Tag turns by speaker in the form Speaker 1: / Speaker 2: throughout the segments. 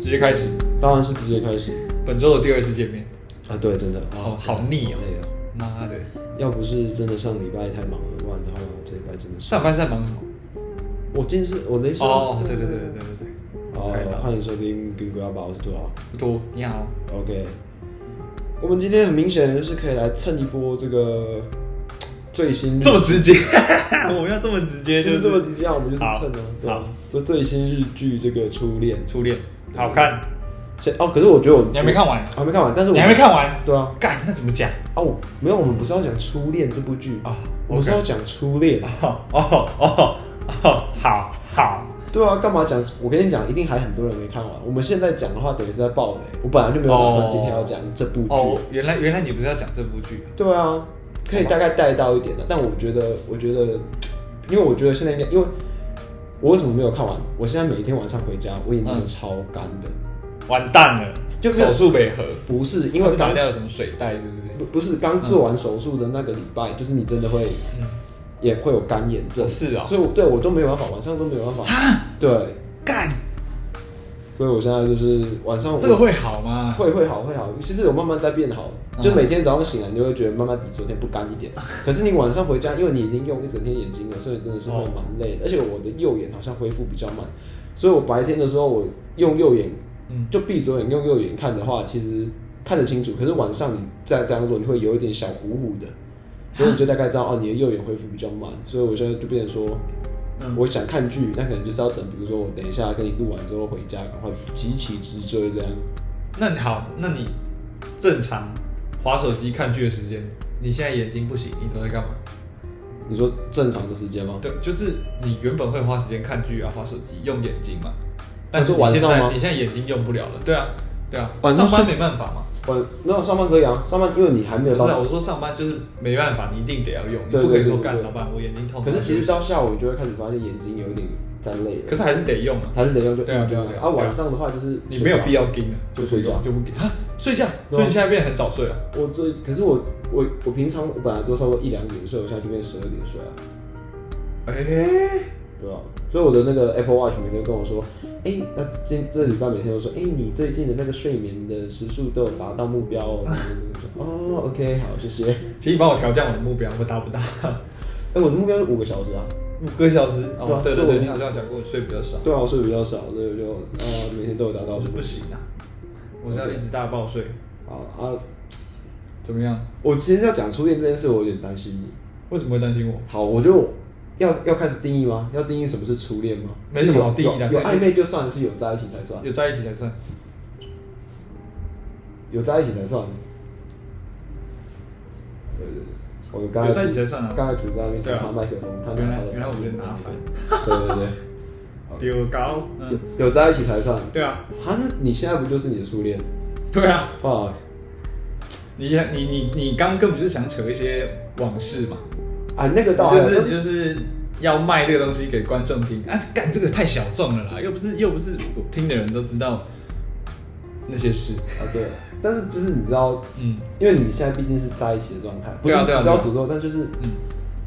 Speaker 1: 直接开始，
Speaker 2: 当然是直接开始
Speaker 1: 本周的第二次见面，
Speaker 2: 啊！对，真的
Speaker 1: 哦好腻哦
Speaker 2: 累哦！
Speaker 1: 妈的，
Speaker 2: 要不是真的上礼拜太忙了，不然的话这礼拜真的是
Speaker 1: 上班是在忙什么？
Speaker 2: 我今天是我那次啊
Speaker 1: 哦，对对对对对对，我看
Speaker 2: 哦，
Speaker 1: 到
Speaker 2: 欢迎收听《冰鬼要保是多少
Speaker 1: 不多，你好，》
Speaker 2: OK，我们今天很明显就是可以来蹭一波这个最新
Speaker 1: 这么直接， 我们要这么直接，
Speaker 2: 就是是这么直接啊，我们就是
Speaker 1: 好
Speaker 2: 蹭啊，对
Speaker 1: 好
Speaker 2: 吧？就最新日剧这个《初恋
Speaker 1: 初恋，好看，》
Speaker 2: 先哦，可是我觉得我
Speaker 1: 你还没看完，
Speaker 2: 我还没看完，但是我
Speaker 1: 你还没看完，
Speaker 2: 对啊
Speaker 1: 哦干那怎么讲
Speaker 2: 啊，我没有，我们不是要讲《初恋》这部剧
Speaker 1: 啊
Speaker 2: 我们是
Speaker 1: OK
Speaker 2: 要讲《初恋》
Speaker 1: 哦哦哦哦，好好，
Speaker 2: 对啊，干嘛讲？我跟你讲，一定还很多人没看完。我们现在讲的话，等于是在爆雷。我本来就没有打算今天要讲这部剧。
Speaker 1: 哦，原来原来你不是要讲这部剧啊，
Speaker 2: 对啊，可以大概带到一点的。但我觉得，我觉得，因为我觉得现在应该，因为我为什么没有看完？我现在每天晚上回家，我眼睛
Speaker 1: 嗯
Speaker 2: 都超干的。
Speaker 1: 完蛋了，
Speaker 2: 就没有
Speaker 1: 手术北河，
Speaker 2: 不是因
Speaker 1: 因
Speaker 2: 为
Speaker 1: 为打
Speaker 2: 刚
Speaker 1: 掉了什么水袋是不是？
Speaker 2: 不不是刚做完手术的那个礼拜，就是你真的会
Speaker 1: 嗯
Speaker 2: 也会有干眼症。
Speaker 1: 哦是啊
Speaker 2: 所以我对我都没有办法，晚上都没有办法。对，
Speaker 1: 干，
Speaker 2: 所以我现在就是晚上我
Speaker 1: 这个会好吗？
Speaker 2: 会会好会好，其实有慢慢在变好，
Speaker 1: 嗯
Speaker 2: 就每天早上醒来你就会觉得慢慢比昨天不干 一点。可是你晚上回家，因为你已经用一整天眼睛了，所以真的是会蛮累的。
Speaker 1: 哦
Speaker 2: 而且我的右眼好像恢复比较慢，所以我白天的时候我用右眼，
Speaker 1: 嗯
Speaker 2: 就闭着眼用右眼看的话，其实看得清楚。可是晚上你再这样做，你会有一点小糊糊 的，所以你就大概知道哦，你的右眼恢复比较慢。所以我现在就变成说。
Speaker 1: 嗯
Speaker 2: 我想看剧，那可能就是要等，比如说我等一下跟你录完之后回家，赶快急起直追这样。
Speaker 1: 那你好，那你正常划手机看剧的时间，你现在眼睛不行，你都在干嘛？
Speaker 2: 你说正常的时间吗？
Speaker 1: 对，就是你原本会花时间看剧啊，划手机用眼睛嘛，但是
Speaker 2: 可
Speaker 1: 你
Speaker 2: 是晚
Speaker 1: 现
Speaker 2: 上
Speaker 1: 在
Speaker 2: 吗
Speaker 1: 你现在眼睛用不了了，对啊，对啊，
Speaker 2: 晚上
Speaker 1: 上班
Speaker 2: 睡
Speaker 1: 没办法嘛。
Speaker 2: 我没有上班可以啊，上班因为你还
Speaker 1: 不
Speaker 2: 没有
Speaker 1: 是啊，
Speaker 2: 到，
Speaker 1: 我说上班就是没办法，你一定得要用，你
Speaker 2: 对
Speaker 1: 不可以说
Speaker 2: 对对
Speaker 1: 干
Speaker 2: 对
Speaker 1: 老板我眼睛痛。啊
Speaker 2: 可是其实到下午你就会开始发现眼睛有一点在累了，
Speaker 1: 可是还是得用啊，
Speaker 2: 还是得用就
Speaker 1: 对啊对啊对啊
Speaker 2: 啊晚上的话就是
Speaker 1: 你没有必
Speaker 2: 要。
Speaker 1: 要盯啊，
Speaker 2: 就睡觉
Speaker 1: 就不盯啊，睡觉，
Speaker 2: 对
Speaker 1: 所
Speaker 2: 啊
Speaker 1: 以你现在变得很早睡了、啊
Speaker 2: 我最可是我我我平常我本来都差不多一两点睡，我现在就变十二点睡了，
Speaker 1: 哎、
Speaker 2: 对吧、所以我的那个 Apple Watch 每天都跟我说，哎、那今这礼拜每天都说，哎、你最近的那个睡眠的时数都有达到目标哦。然后 我就说哦，OK，好，谢谢。
Speaker 1: 请你帮我调降我的目标，我达不到。
Speaker 2: 哎、我的目标是五个小时啊。
Speaker 1: 五个小时
Speaker 2: 对
Speaker 1: 哦
Speaker 2: 啊，
Speaker 1: 对对
Speaker 2: 所以我
Speaker 1: 对，你好像讲过你睡比较少，
Speaker 2: 对啊，我睡比较少，所以我就呃每天都有达到
Speaker 1: 我是。不行啊，我是要一直大爆睡，
Speaker 2: 好啊，
Speaker 1: 怎么样？
Speaker 2: 我其实要讲初恋这件事，我有点担心你。
Speaker 1: 为什么会担心我？
Speaker 2: 好，我就要要开始定义吗？要定义什么是初恋吗？
Speaker 1: 没什么
Speaker 2: 是有
Speaker 1: 好定义的
Speaker 2: 有有
Speaker 1: 这个就是
Speaker 2: 暧昧就算是有在一起才算，
Speaker 1: 有在一起才算，
Speaker 2: 有在一起才算。对对对，我刚才
Speaker 1: 有在一起才算啊
Speaker 2: 刚才主在那边
Speaker 1: 对啊
Speaker 2: 他麦克风，他
Speaker 1: 原
Speaker 2: 拿
Speaker 1: 来
Speaker 2: 他的
Speaker 1: 原来我真麻烦
Speaker 2: 对对对，好
Speaker 1: 丢高， 嗯，
Speaker 2: 有有在一起才算。
Speaker 1: 对啊，
Speaker 2: 啊，那你现在不就是你的初恋
Speaker 1: 对啊，
Speaker 2: ？fuck，
Speaker 1: 你想你你你刚根本就是想扯一些往事哦嘛，
Speaker 2: 啊，那个倒还
Speaker 1: 就
Speaker 2: 好但
Speaker 1: 是就是要卖这个东西给观众听啊，干这个太小众了啦，又不是又不是我听的人都知道那些事，
Speaker 2: 啊，对，但是就是你知道，
Speaker 1: 嗯，
Speaker 2: 因为你现在毕竟是在一起的状态，不是
Speaker 1: 对啊对啊
Speaker 2: 不是要
Speaker 1: 对啊
Speaker 2: 诅咒，但就是
Speaker 1: 嗯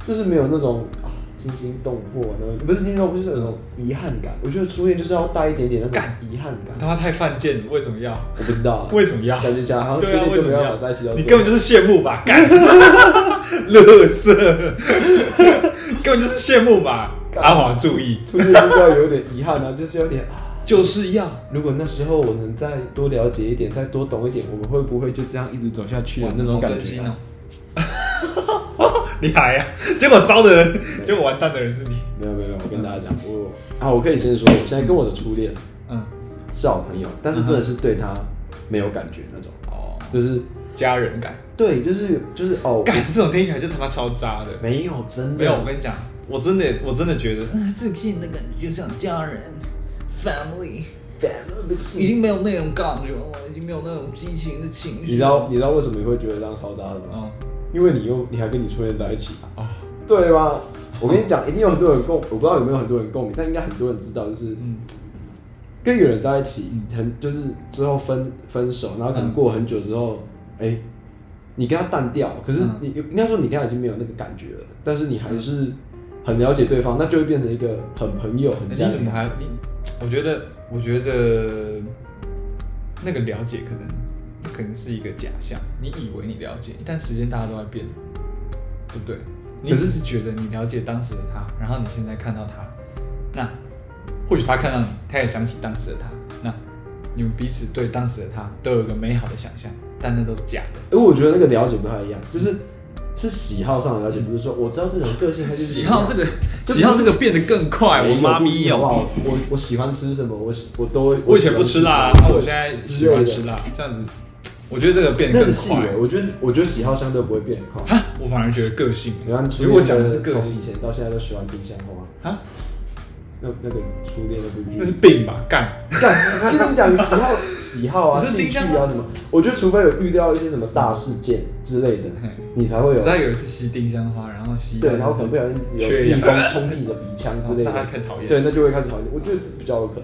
Speaker 2: 就是没有那种啊惊心动魄呢，不是惊心动魄，就是有那种遗憾感。我觉得初恋就是要带一点点那
Speaker 1: 干
Speaker 2: 种遗憾感。
Speaker 1: 他妈太犯贱了，为什么要？
Speaker 2: 我不知道啊，
Speaker 1: 为什么要？
Speaker 2: 感觉讲好像初
Speaker 1: 对啊，
Speaker 2: 恋
Speaker 1: 为
Speaker 2: 就
Speaker 1: 什么
Speaker 2: 没有办
Speaker 1: 要
Speaker 2: 法在一起到最后，
Speaker 1: 你根本就是羡慕吧，干， 乐色，根本就是羡慕吧。
Speaker 2: 干
Speaker 1: 阿华注意，
Speaker 2: 初恋就是要有点遗憾啊，就是有点啊。
Speaker 1: 就是要
Speaker 2: 如果那时候我能再多了解一点，再多懂一点，我们会不会就这样一直走下去啊
Speaker 1: 哇
Speaker 2: 那种
Speaker 1: 好
Speaker 2: 感
Speaker 1: 真
Speaker 2: 觉
Speaker 1: 心
Speaker 2: 啊、
Speaker 1: 哦。 厉害呀、啊结果招的人，结果完蛋的人是你。
Speaker 2: 没有没有没有，我跟大家讲，我啊，我可以先说，我现在跟我的初恋
Speaker 1: 嗯，
Speaker 2: 是好朋友，但是真的是对他没有感觉那种。
Speaker 1: 哦，
Speaker 2: 就是
Speaker 1: 家人感，
Speaker 2: 对，就是就是哦，
Speaker 1: 感这种听起来就他妈超渣的。
Speaker 2: 没有真的
Speaker 1: 没有，我跟你讲，我真的我真的觉得，嗯，这个现在的感觉就像家人，family，已经没有那种感觉了，已经没有那种激情的情绪。
Speaker 2: 你知道你知道为什么你会觉得这样嘈杂的吗？
Speaker 1: 嗯
Speaker 2: 因为你又你还跟你初恋在一起啊，
Speaker 1: 哦，
Speaker 2: 对吧？我跟你讲，一定有很多人共，我不知道有没有很多人共鸣，但应该很多人知道，就是
Speaker 1: 嗯，
Speaker 2: 跟一个人在一起，
Speaker 1: 嗯
Speaker 2: 很就是之后分分手，然后可能
Speaker 1: 嗯
Speaker 2: 过很久之后，哎、你跟他淡掉，可是
Speaker 1: 嗯
Speaker 2: 你、应该说你跟他已经没有那个感觉了，但是你还是
Speaker 1: 嗯
Speaker 2: 很了解对方，那就会变成一个很朋友、很
Speaker 1: 哎你
Speaker 2: 家人
Speaker 1: 怎么还你？我觉得，我觉得那个了解可能那可能是一个假象，你以为你了解，但时间大家都在变，对不对？你
Speaker 2: 可是
Speaker 1: 只是觉得你了解当时的他，然后你现在看到他，那或许他看到你，他也想起当时的他，那你们彼此对当时的他都有一个美好的想象，但那都是假的。
Speaker 2: 哎因为我觉得那个了解不太一样，就是是喜好上的了解，比如说我知道这种个性，他就是
Speaker 1: 喜好这个
Speaker 2: 就
Speaker 1: 喜好这个变得更快，
Speaker 2: 没有
Speaker 1: 我妈咪
Speaker 2: 哎不一样好不
Speaker 1: 有。
Speaker 2: 好我我喜欢吃什么，我喜我都会
Speaker 1: 我以前不吃辣啊，那我现在喜欢吃
Speaker 2: 辣，
Speaker 1: 辣，这样子，我觉得这个变得
Speaker 2: 那是
Speaker 1: 更
Speaker 2: 细
Speaker 1: 快
Speaker 2: 微。。我觉得我觉得喜好相对不会变很快。
Speaker 1: 哈，我反而觉得个性。
Speaker 2: 你看初
Speaker 1: 如果
Speaker 2: 恋
Speaker 1: 讲的是
Speaker 2: 的
Speaker 1: 个
Speaker 2: 从以
Speaker 1: 性，
Speaker 2: 前到现在都喜欢丁香花，
Speaker 1: 啊，
Speaker 2: 那那个 初恋的部
Speaker 1: 那是
Speaker 2: 剧，
Speaker 1: 病吧？干，
Speaker 2: 干就是讲喜好喜好啊、
Speaker 1: 可是丁
Speaker 2: 兴趣
Speaker 1: 香花
Speaker 2: 啊什么，我觉得除非有遇到一些什么大事件之类的
Speaker 1: 嘿，
Speaker 2: 你才会有
Speaker 1: 我知道有一次吸丁香花，然后吸到
Speaker 2: 啊对，然后可能不小心有
Speaker 1: 啊缺
Speaker 2: 蜜
Speaker 1: 氧
Speaker 2: 蜂冲进你的鼻腔之类 的，
Speaker 1: 哦大家开始讨厌
Speaker 2: 对，那就会开始讨厌。我觉得这比较有可能。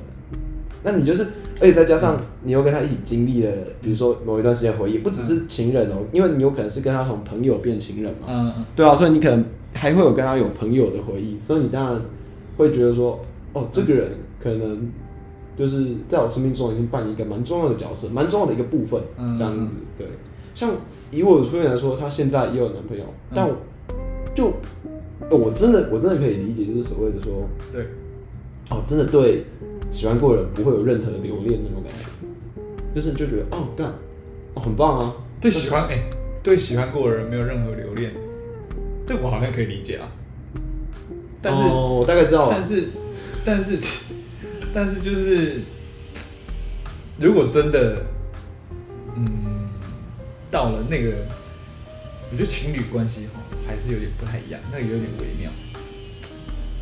Speaker 2: 那你就是，而且再加上你又跟他一起经历了，比如说某一段时间回忆，不只是情人哦、因为你有可能是跟他从朋友变情人嘛，
Speaker 1: 嗯，嗯
Speaker 2: 对啊，所以你可能还会有跟他有朋友的回忆，所以你当然会觉得说，哦，这个人可能就是在我生命中已经扮演一个蛮重要的角色，蛮重要的一个部分，
Speaker 1: 嗯
Speaker 2: 这样子。对，像以我的初恋来说，她现在也有男朋友，但我就我真的我真的可以理解，就是所谓的说，
Speaker 1: 对，
Speaker 2: 哦，真的对喜欢过的人不会有任何留恋那种感觉，就是你就觉得哦，干，哦，很棒啊，
Speaker 1: 对喜欢哎，对喜欢过的人没有任何留恋，这我好像可以理解啊。但是，
Speaker 2: 哦、我大概知道了，
Speaker 1: 但是，但是，但是就是，如果真的，嗯，到了那个，我觉得情侣关系哈还是有点不太一样，那个有点微妙，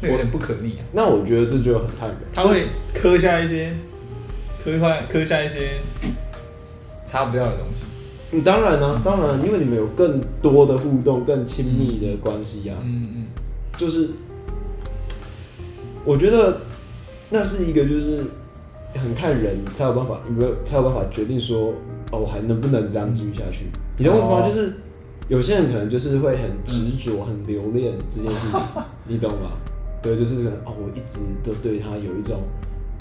Speaker 1: 那个有点不可逆啊。
Speaker 2: 那我觉得这就很太远。
Speaker 1: 他会刻下一些，刻坏，刻下一些擦不掉的东西。
Speaker 2: 嗯，当然啊，当然，因为你们有更多的互动、更亲密的关系啊，
Speaker 1: 嗯
Speaker 2: 就是我觉得那是一个就是呃很看人才有办法，有没有才有办法决定说哦，我还能不能这样继续下去？你懂我意思吗？
Speaker 1: 哦
Speaker 2: 就是有些人可能就是会很执着、很留恋这件事情， 你懂吗？对，就是可能哦，我一直都对他有一种，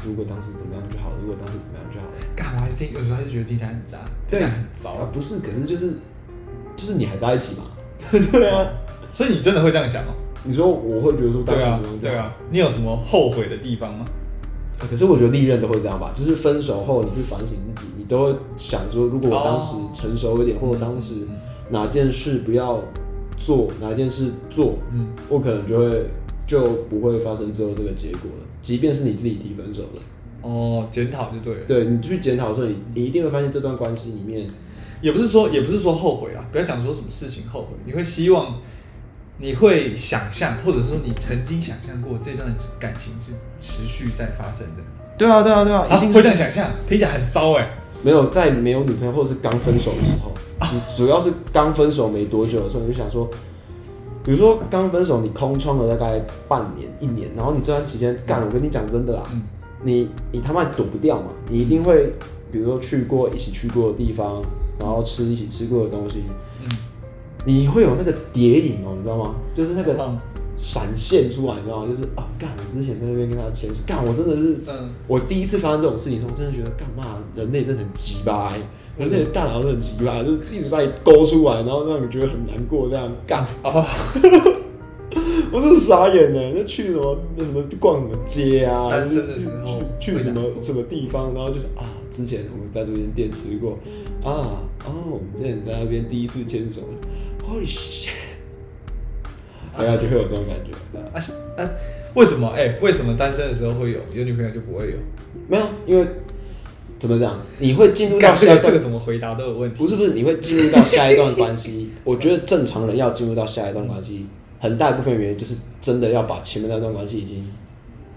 Speaker 2: 如果当时怎么样就好，如果当时怎么样就好。
Speaker 1: 嗯，干嘛还是听？有时候还是觉得听起来很渣，
Speaker 2: 对，
Speaker 1: 听起来很糟
Speaker 2: 啊，。不是，可是就是就是你还在一起嘛？ 对啊，
Speaker 1: 所以你真的会这样想哦？
Speaker 2: 你说我会觉得说当
Speaker 1: 对
Speaker 2: 时
Speaker 1: 啊
Speaker 2: 怎么样，
Speaker 1: 对啊。你有什么后悔的地方吗？
Speaker 2: 啊可是我觉得历任都会这样吧，就是分手后你去反省自己，你都会想说，如果我当时
Speaker 1: 哦嗯
Speaker 2: 成熟一点，或者当时哪件事不要做，哪件事做，
Speaker 1: 嗯，
Speaker 2: 我可能就会就不会发生最后这个结果了。即便是你自己提分手了，
Speaker 1: 哦，检讨就对了。，
Speaker 2: 对你去检讨的时候，你你一定会发现这段关系里面，
Speaker 1: 也不是说也不是说后悔啊啦，不要讲说什么事情后悔，你会希望，你会想象，或者说你曾经想象过这段感情是持续在发生的。
Speaker 2: 对啊，对啊，对啊
Speaker 1: 啊，会这样想象，听起来很糟哎、
Speaker 2: 没有在没有女朋友或者是刚分手的时候，你主要是刚分手没多久的时候，你就想说，比如说刚分手，你空窗了大概半年一年，然后你这段期间干，我跟你讲真的啦，
Speaker 1: 嗯
Speaker 2: 你你他妈躲不掉嘛，你一定会，比如说去过一起去过的地方，然后吃一起吃过的东西，
Speaker 1: 嗯，
Speaker 2: 你会有那个谍影哦，你知道吗？就是那个
Speaker 1: 嗯
Speaker 2: 闪现出来，你知道吗？就是啊，干，我之前在那边跟他牵手，干，我真的是，
Speaker 1: 嗯
Speaker 2: 我第一次发生这种事情的时候，我真的觉得干嘛，人类真的很鸡巴、欸，
Speaker 1: 嗯
Speaker 2: 人类的大脑真的很鸡巴，就是一直把你勾出来，然后让你觉得很难过，这样干，
Speaker 1: 哦，
Speaker 2: 我真的傻眼呢、那去什么那什么逛什么街啊，
Speaker 1: 单身的时哦候
Speaker 2: 去去
Speaker 1: 会
Speaker 2: 什么
Speaker 1: 难过
Speaker 2: 什么地方，然后就是啊，之前我们在这间店吃过
Speaker 1: 嗯
Speaker 2: 啊，哦，我们之前在那边第一次牵手，Holy shit，大概就会有这种感觉。
Speaker 1: 啊是啊，为什么？哎、为什么单身的时候会有，有女朋友就不会有？
Speaker 2: 没有，因为怎么讲，你会进入到
Speaker 1: 干这
Speaker 2: 下
Speaker 1: 个
Speaker 2: 一段，
Speaker 1: 这个怎么回答都有问题。
Speaker 2: 不是不是，你会进入到下一段关系。 我觉得正常人要进入到下一段关系，很大一部分原因就是真的要把前面那段关系已经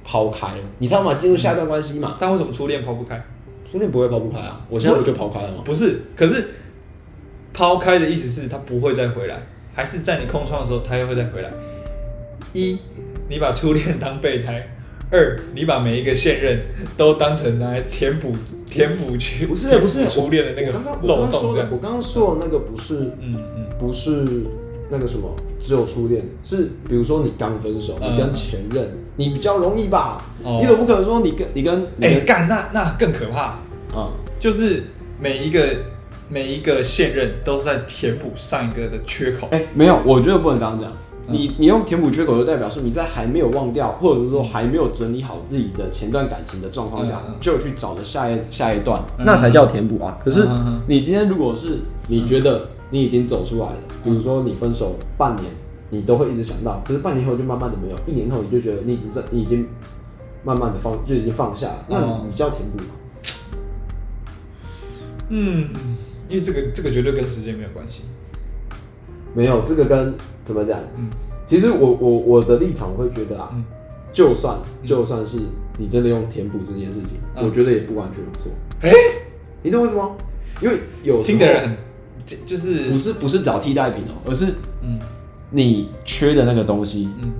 Speaker 2: 抛开了，你知道吗？进入下一段关系嘛，
Speaker 1: 但为什么初恋抛不开？
Speaker 2: 初恋不会抛不开啊，我现在不就抛开了吗？
Speaker 1: 不是，可是抛开的意思是他不会再回来，还是在你空窗的时候他又会再回来？一，你把初恋当备胎；二，你把每一个现任都当成拿来填补填补去
Speaker 2: 不是不是
Speaker 1: 初恋的那个
Speaker 2: 我刚刚我
Speaker 1: 漏
Speaker 2: 刚刚
Speaker 1: 洞
Speaker 2: 说
Speaker 1: 这
Speaker 2: 的
Speaker 1: 样，
Speaker 2: 我
Speaker 1: 子。
Speaker 2: 刚刚说的那个不是
Speaker 1: 嗯嗯，
Speaker 2: 不是那个什么只有初恋，是比如说你刚分手，
Speaker 1: 嗯
Speaker 2: 你跟前任，你比较容易吧？
Speaker 1: 哦
Speaker 2: 你总不可能说你跟你跟你
Speaker 1: 哎、
Speaker 2: 跟
Speaker 1: 干那那更可怕，
Speaker 2: 啊、
Speaker 1: 就是每一个每一个现任都是在填补上一个的缺口。嗯
Speaker 2: 哎、没有，我觉得不能这样讲。你你用填补缺口，就代表说你在还没有忘掉，或者是说还没有整理好自己的前段感情的状况下
Speaker 1: 嗯嗯，
Speaker 2: 就去找了下一下一段，
Speaker 1: 嗯
Speaker 2: 那才叫填补啊。可是
Speaker 1: 嗯嗯嗯嗯
Speaker 2: 你今天如果是你觉得你已经走出来了，比如说你分手半年，你都会一直想到，可是半年后就慢慢的没有，一年后你就觉得你已经这你已经慢慢的放就已经放下了，那
Speaker 1: 哦
Speaker 2: 你你是要填补吗？
Speaker 1: 嗯，因为这个这个绝对跟时间没有关系。
Speaker 2: 没有，这个跟怎么讲？
Speaker 1: 嗯
Speaker 2: 其实我我我的立场我会觉得啊，
Speaker 1: 嗯
Speaker 2: 就算就算是你真的用填补这件事情，
Speaker 1: 嗯
Speaker 2: 我觉得也不完全错。
Speaker 1: 哎、
Speaker 2: 你懂我意思吗？因为有时候
Speaker 1: 听的人很这就是
Speaker 2: 不是不是找替代品哦、而是
Speaker 1: 嗯
Speaker 2: 你缺的那个东西，
Speaker 1: 嗯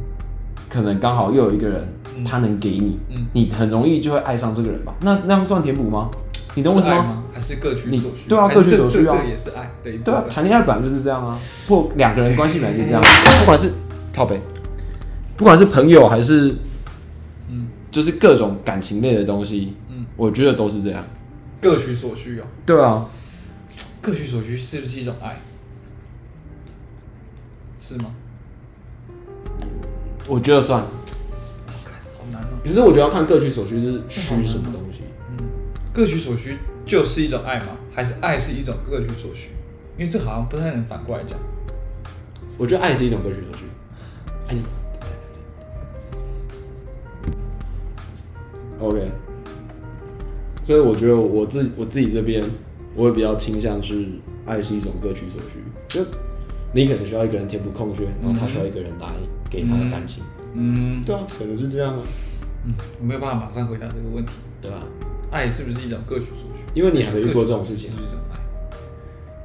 Speaker 2: 可能刚好又有一个人、
Speaker 1: 嗯
Speaker 2: 他能给你，
Speaker 1: 嗯
Speaker 2: 你很容易就会爱上这个人吧？那那样算填补吗？你懂我意
Speaker 1: 是
Speaker 2: 思
Speaker 1: 爱
Speaker 2: 吗？
Speaker 1: 吗？还是各取
Speaker 2: 你
Speaker 1: 所需？
Speaker 2: 对啊
Speaker 1: 还是
Speaker 2: 各取
Speaker 1: 这
Speaker 2: 所需
Speaker 1: 这
Speaker 2: 啊
Speaker 1: 这个也是爱的一部
Speaker 2: 对啊
Speaker 1: 分，。
Speaker 2: 谈恋爱本来就是这样啊，或两个人关系本来就这样，啊嗯不管是靠背，不管是朋友还是
Speaker 1: 嗯
Speaker 2: 就是各种感情类的东西，
Speaker 1: 嗯，
Speaker 2: 我觉得都是这样。
Speaker 1: 各取所需哦，
Speaker 2: 对啊，
Speaker 1: 各取所需是不是一种爱？是吗？
Speaker 2: 我觉得算。
Speaker 1: 好看，好难哦。
Speaker 2: 可是我觉得要看各取所需是需什么东西。
Speaker 1: 嗯，各取所需就是一种爱吗？还是爱是一种各取所需？因为这好像不太能反过来讲。
Speaker 2: 我觉得爱是一种各取所需。哎你，OK，所以我觉得我自我自己这边，我会比较倾向是爱是一种各取所需，就你可能需要一个人填补空缺，然后他需要一个人来给他的感情。
Speaker 1: 嗯，
Speaker 2: 对啊，可能是这样啊，
Speaker 1: 嗯，我没有办法马上回答这个问题。
Speaker 2: 对啊吧？
Speaker 1: 爱是不是一种各取所需？
Speaker 2: 因为你还没遇过这种事情啊
Speaker 1: 各取所需是不是一种爱？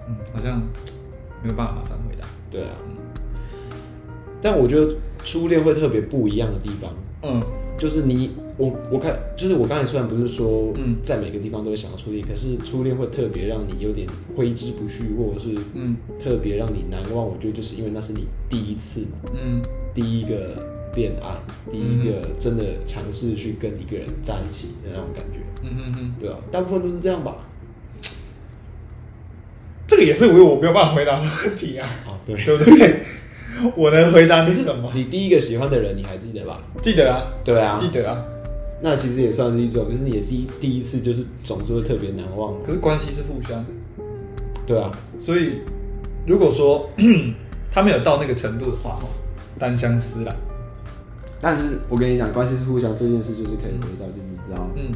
Speaker 1: 嗯，好像没有办法马上回答。
Speaker 2: 对啊，但我觉得初恋会特别不一样的地方，
Speaker 1: 嗯
Speaker 2: 就是你我我看，就是我刚才虽然不是说
Speaker 1: 嗯
Speaker 2: 在每个地方都会想到初恋，可是初恋会特别让你有点挥之不去，或者是
Speaker 1: 嗯
Speaker 2: 特别让你难忘。我觉得就是因为那是你第一次嘛，
Speaker 1: 嗯
Speaker 2: 第一个恋爱，第一个真的尝试去跟一个人在一起的那种感觉，
Speaker 1: 嗯嗯嗯，
Speaker 2: 对啊，大部分都是这样吧。
Speaker 1: 这个也是我我没有办法回答的问题啊，
Speaker 2: 啊，对。
Speaker 1: 对不对？ 我能回答你什么？
Speaker 2: 你第一个喜欢的人你还记得吧？
Speaker 1: 记得啊，
Speaker 2: 对啊
Speaker 1: 记得啊。
Speaker 2: 那其实也算是一种，就是你的第一第一次，就是总是会特别难忘。
Speaker 1: 可是关系是互相的，
Speaker 2: 对啊，
Speaker 1: 所以如果说 他没有到那个程度的话，哦单相思啦，
Speaker 2: 但是我跟你讲，关系是互相这件事，就是可以回到，就是你知道，
Speaker 1: 嗯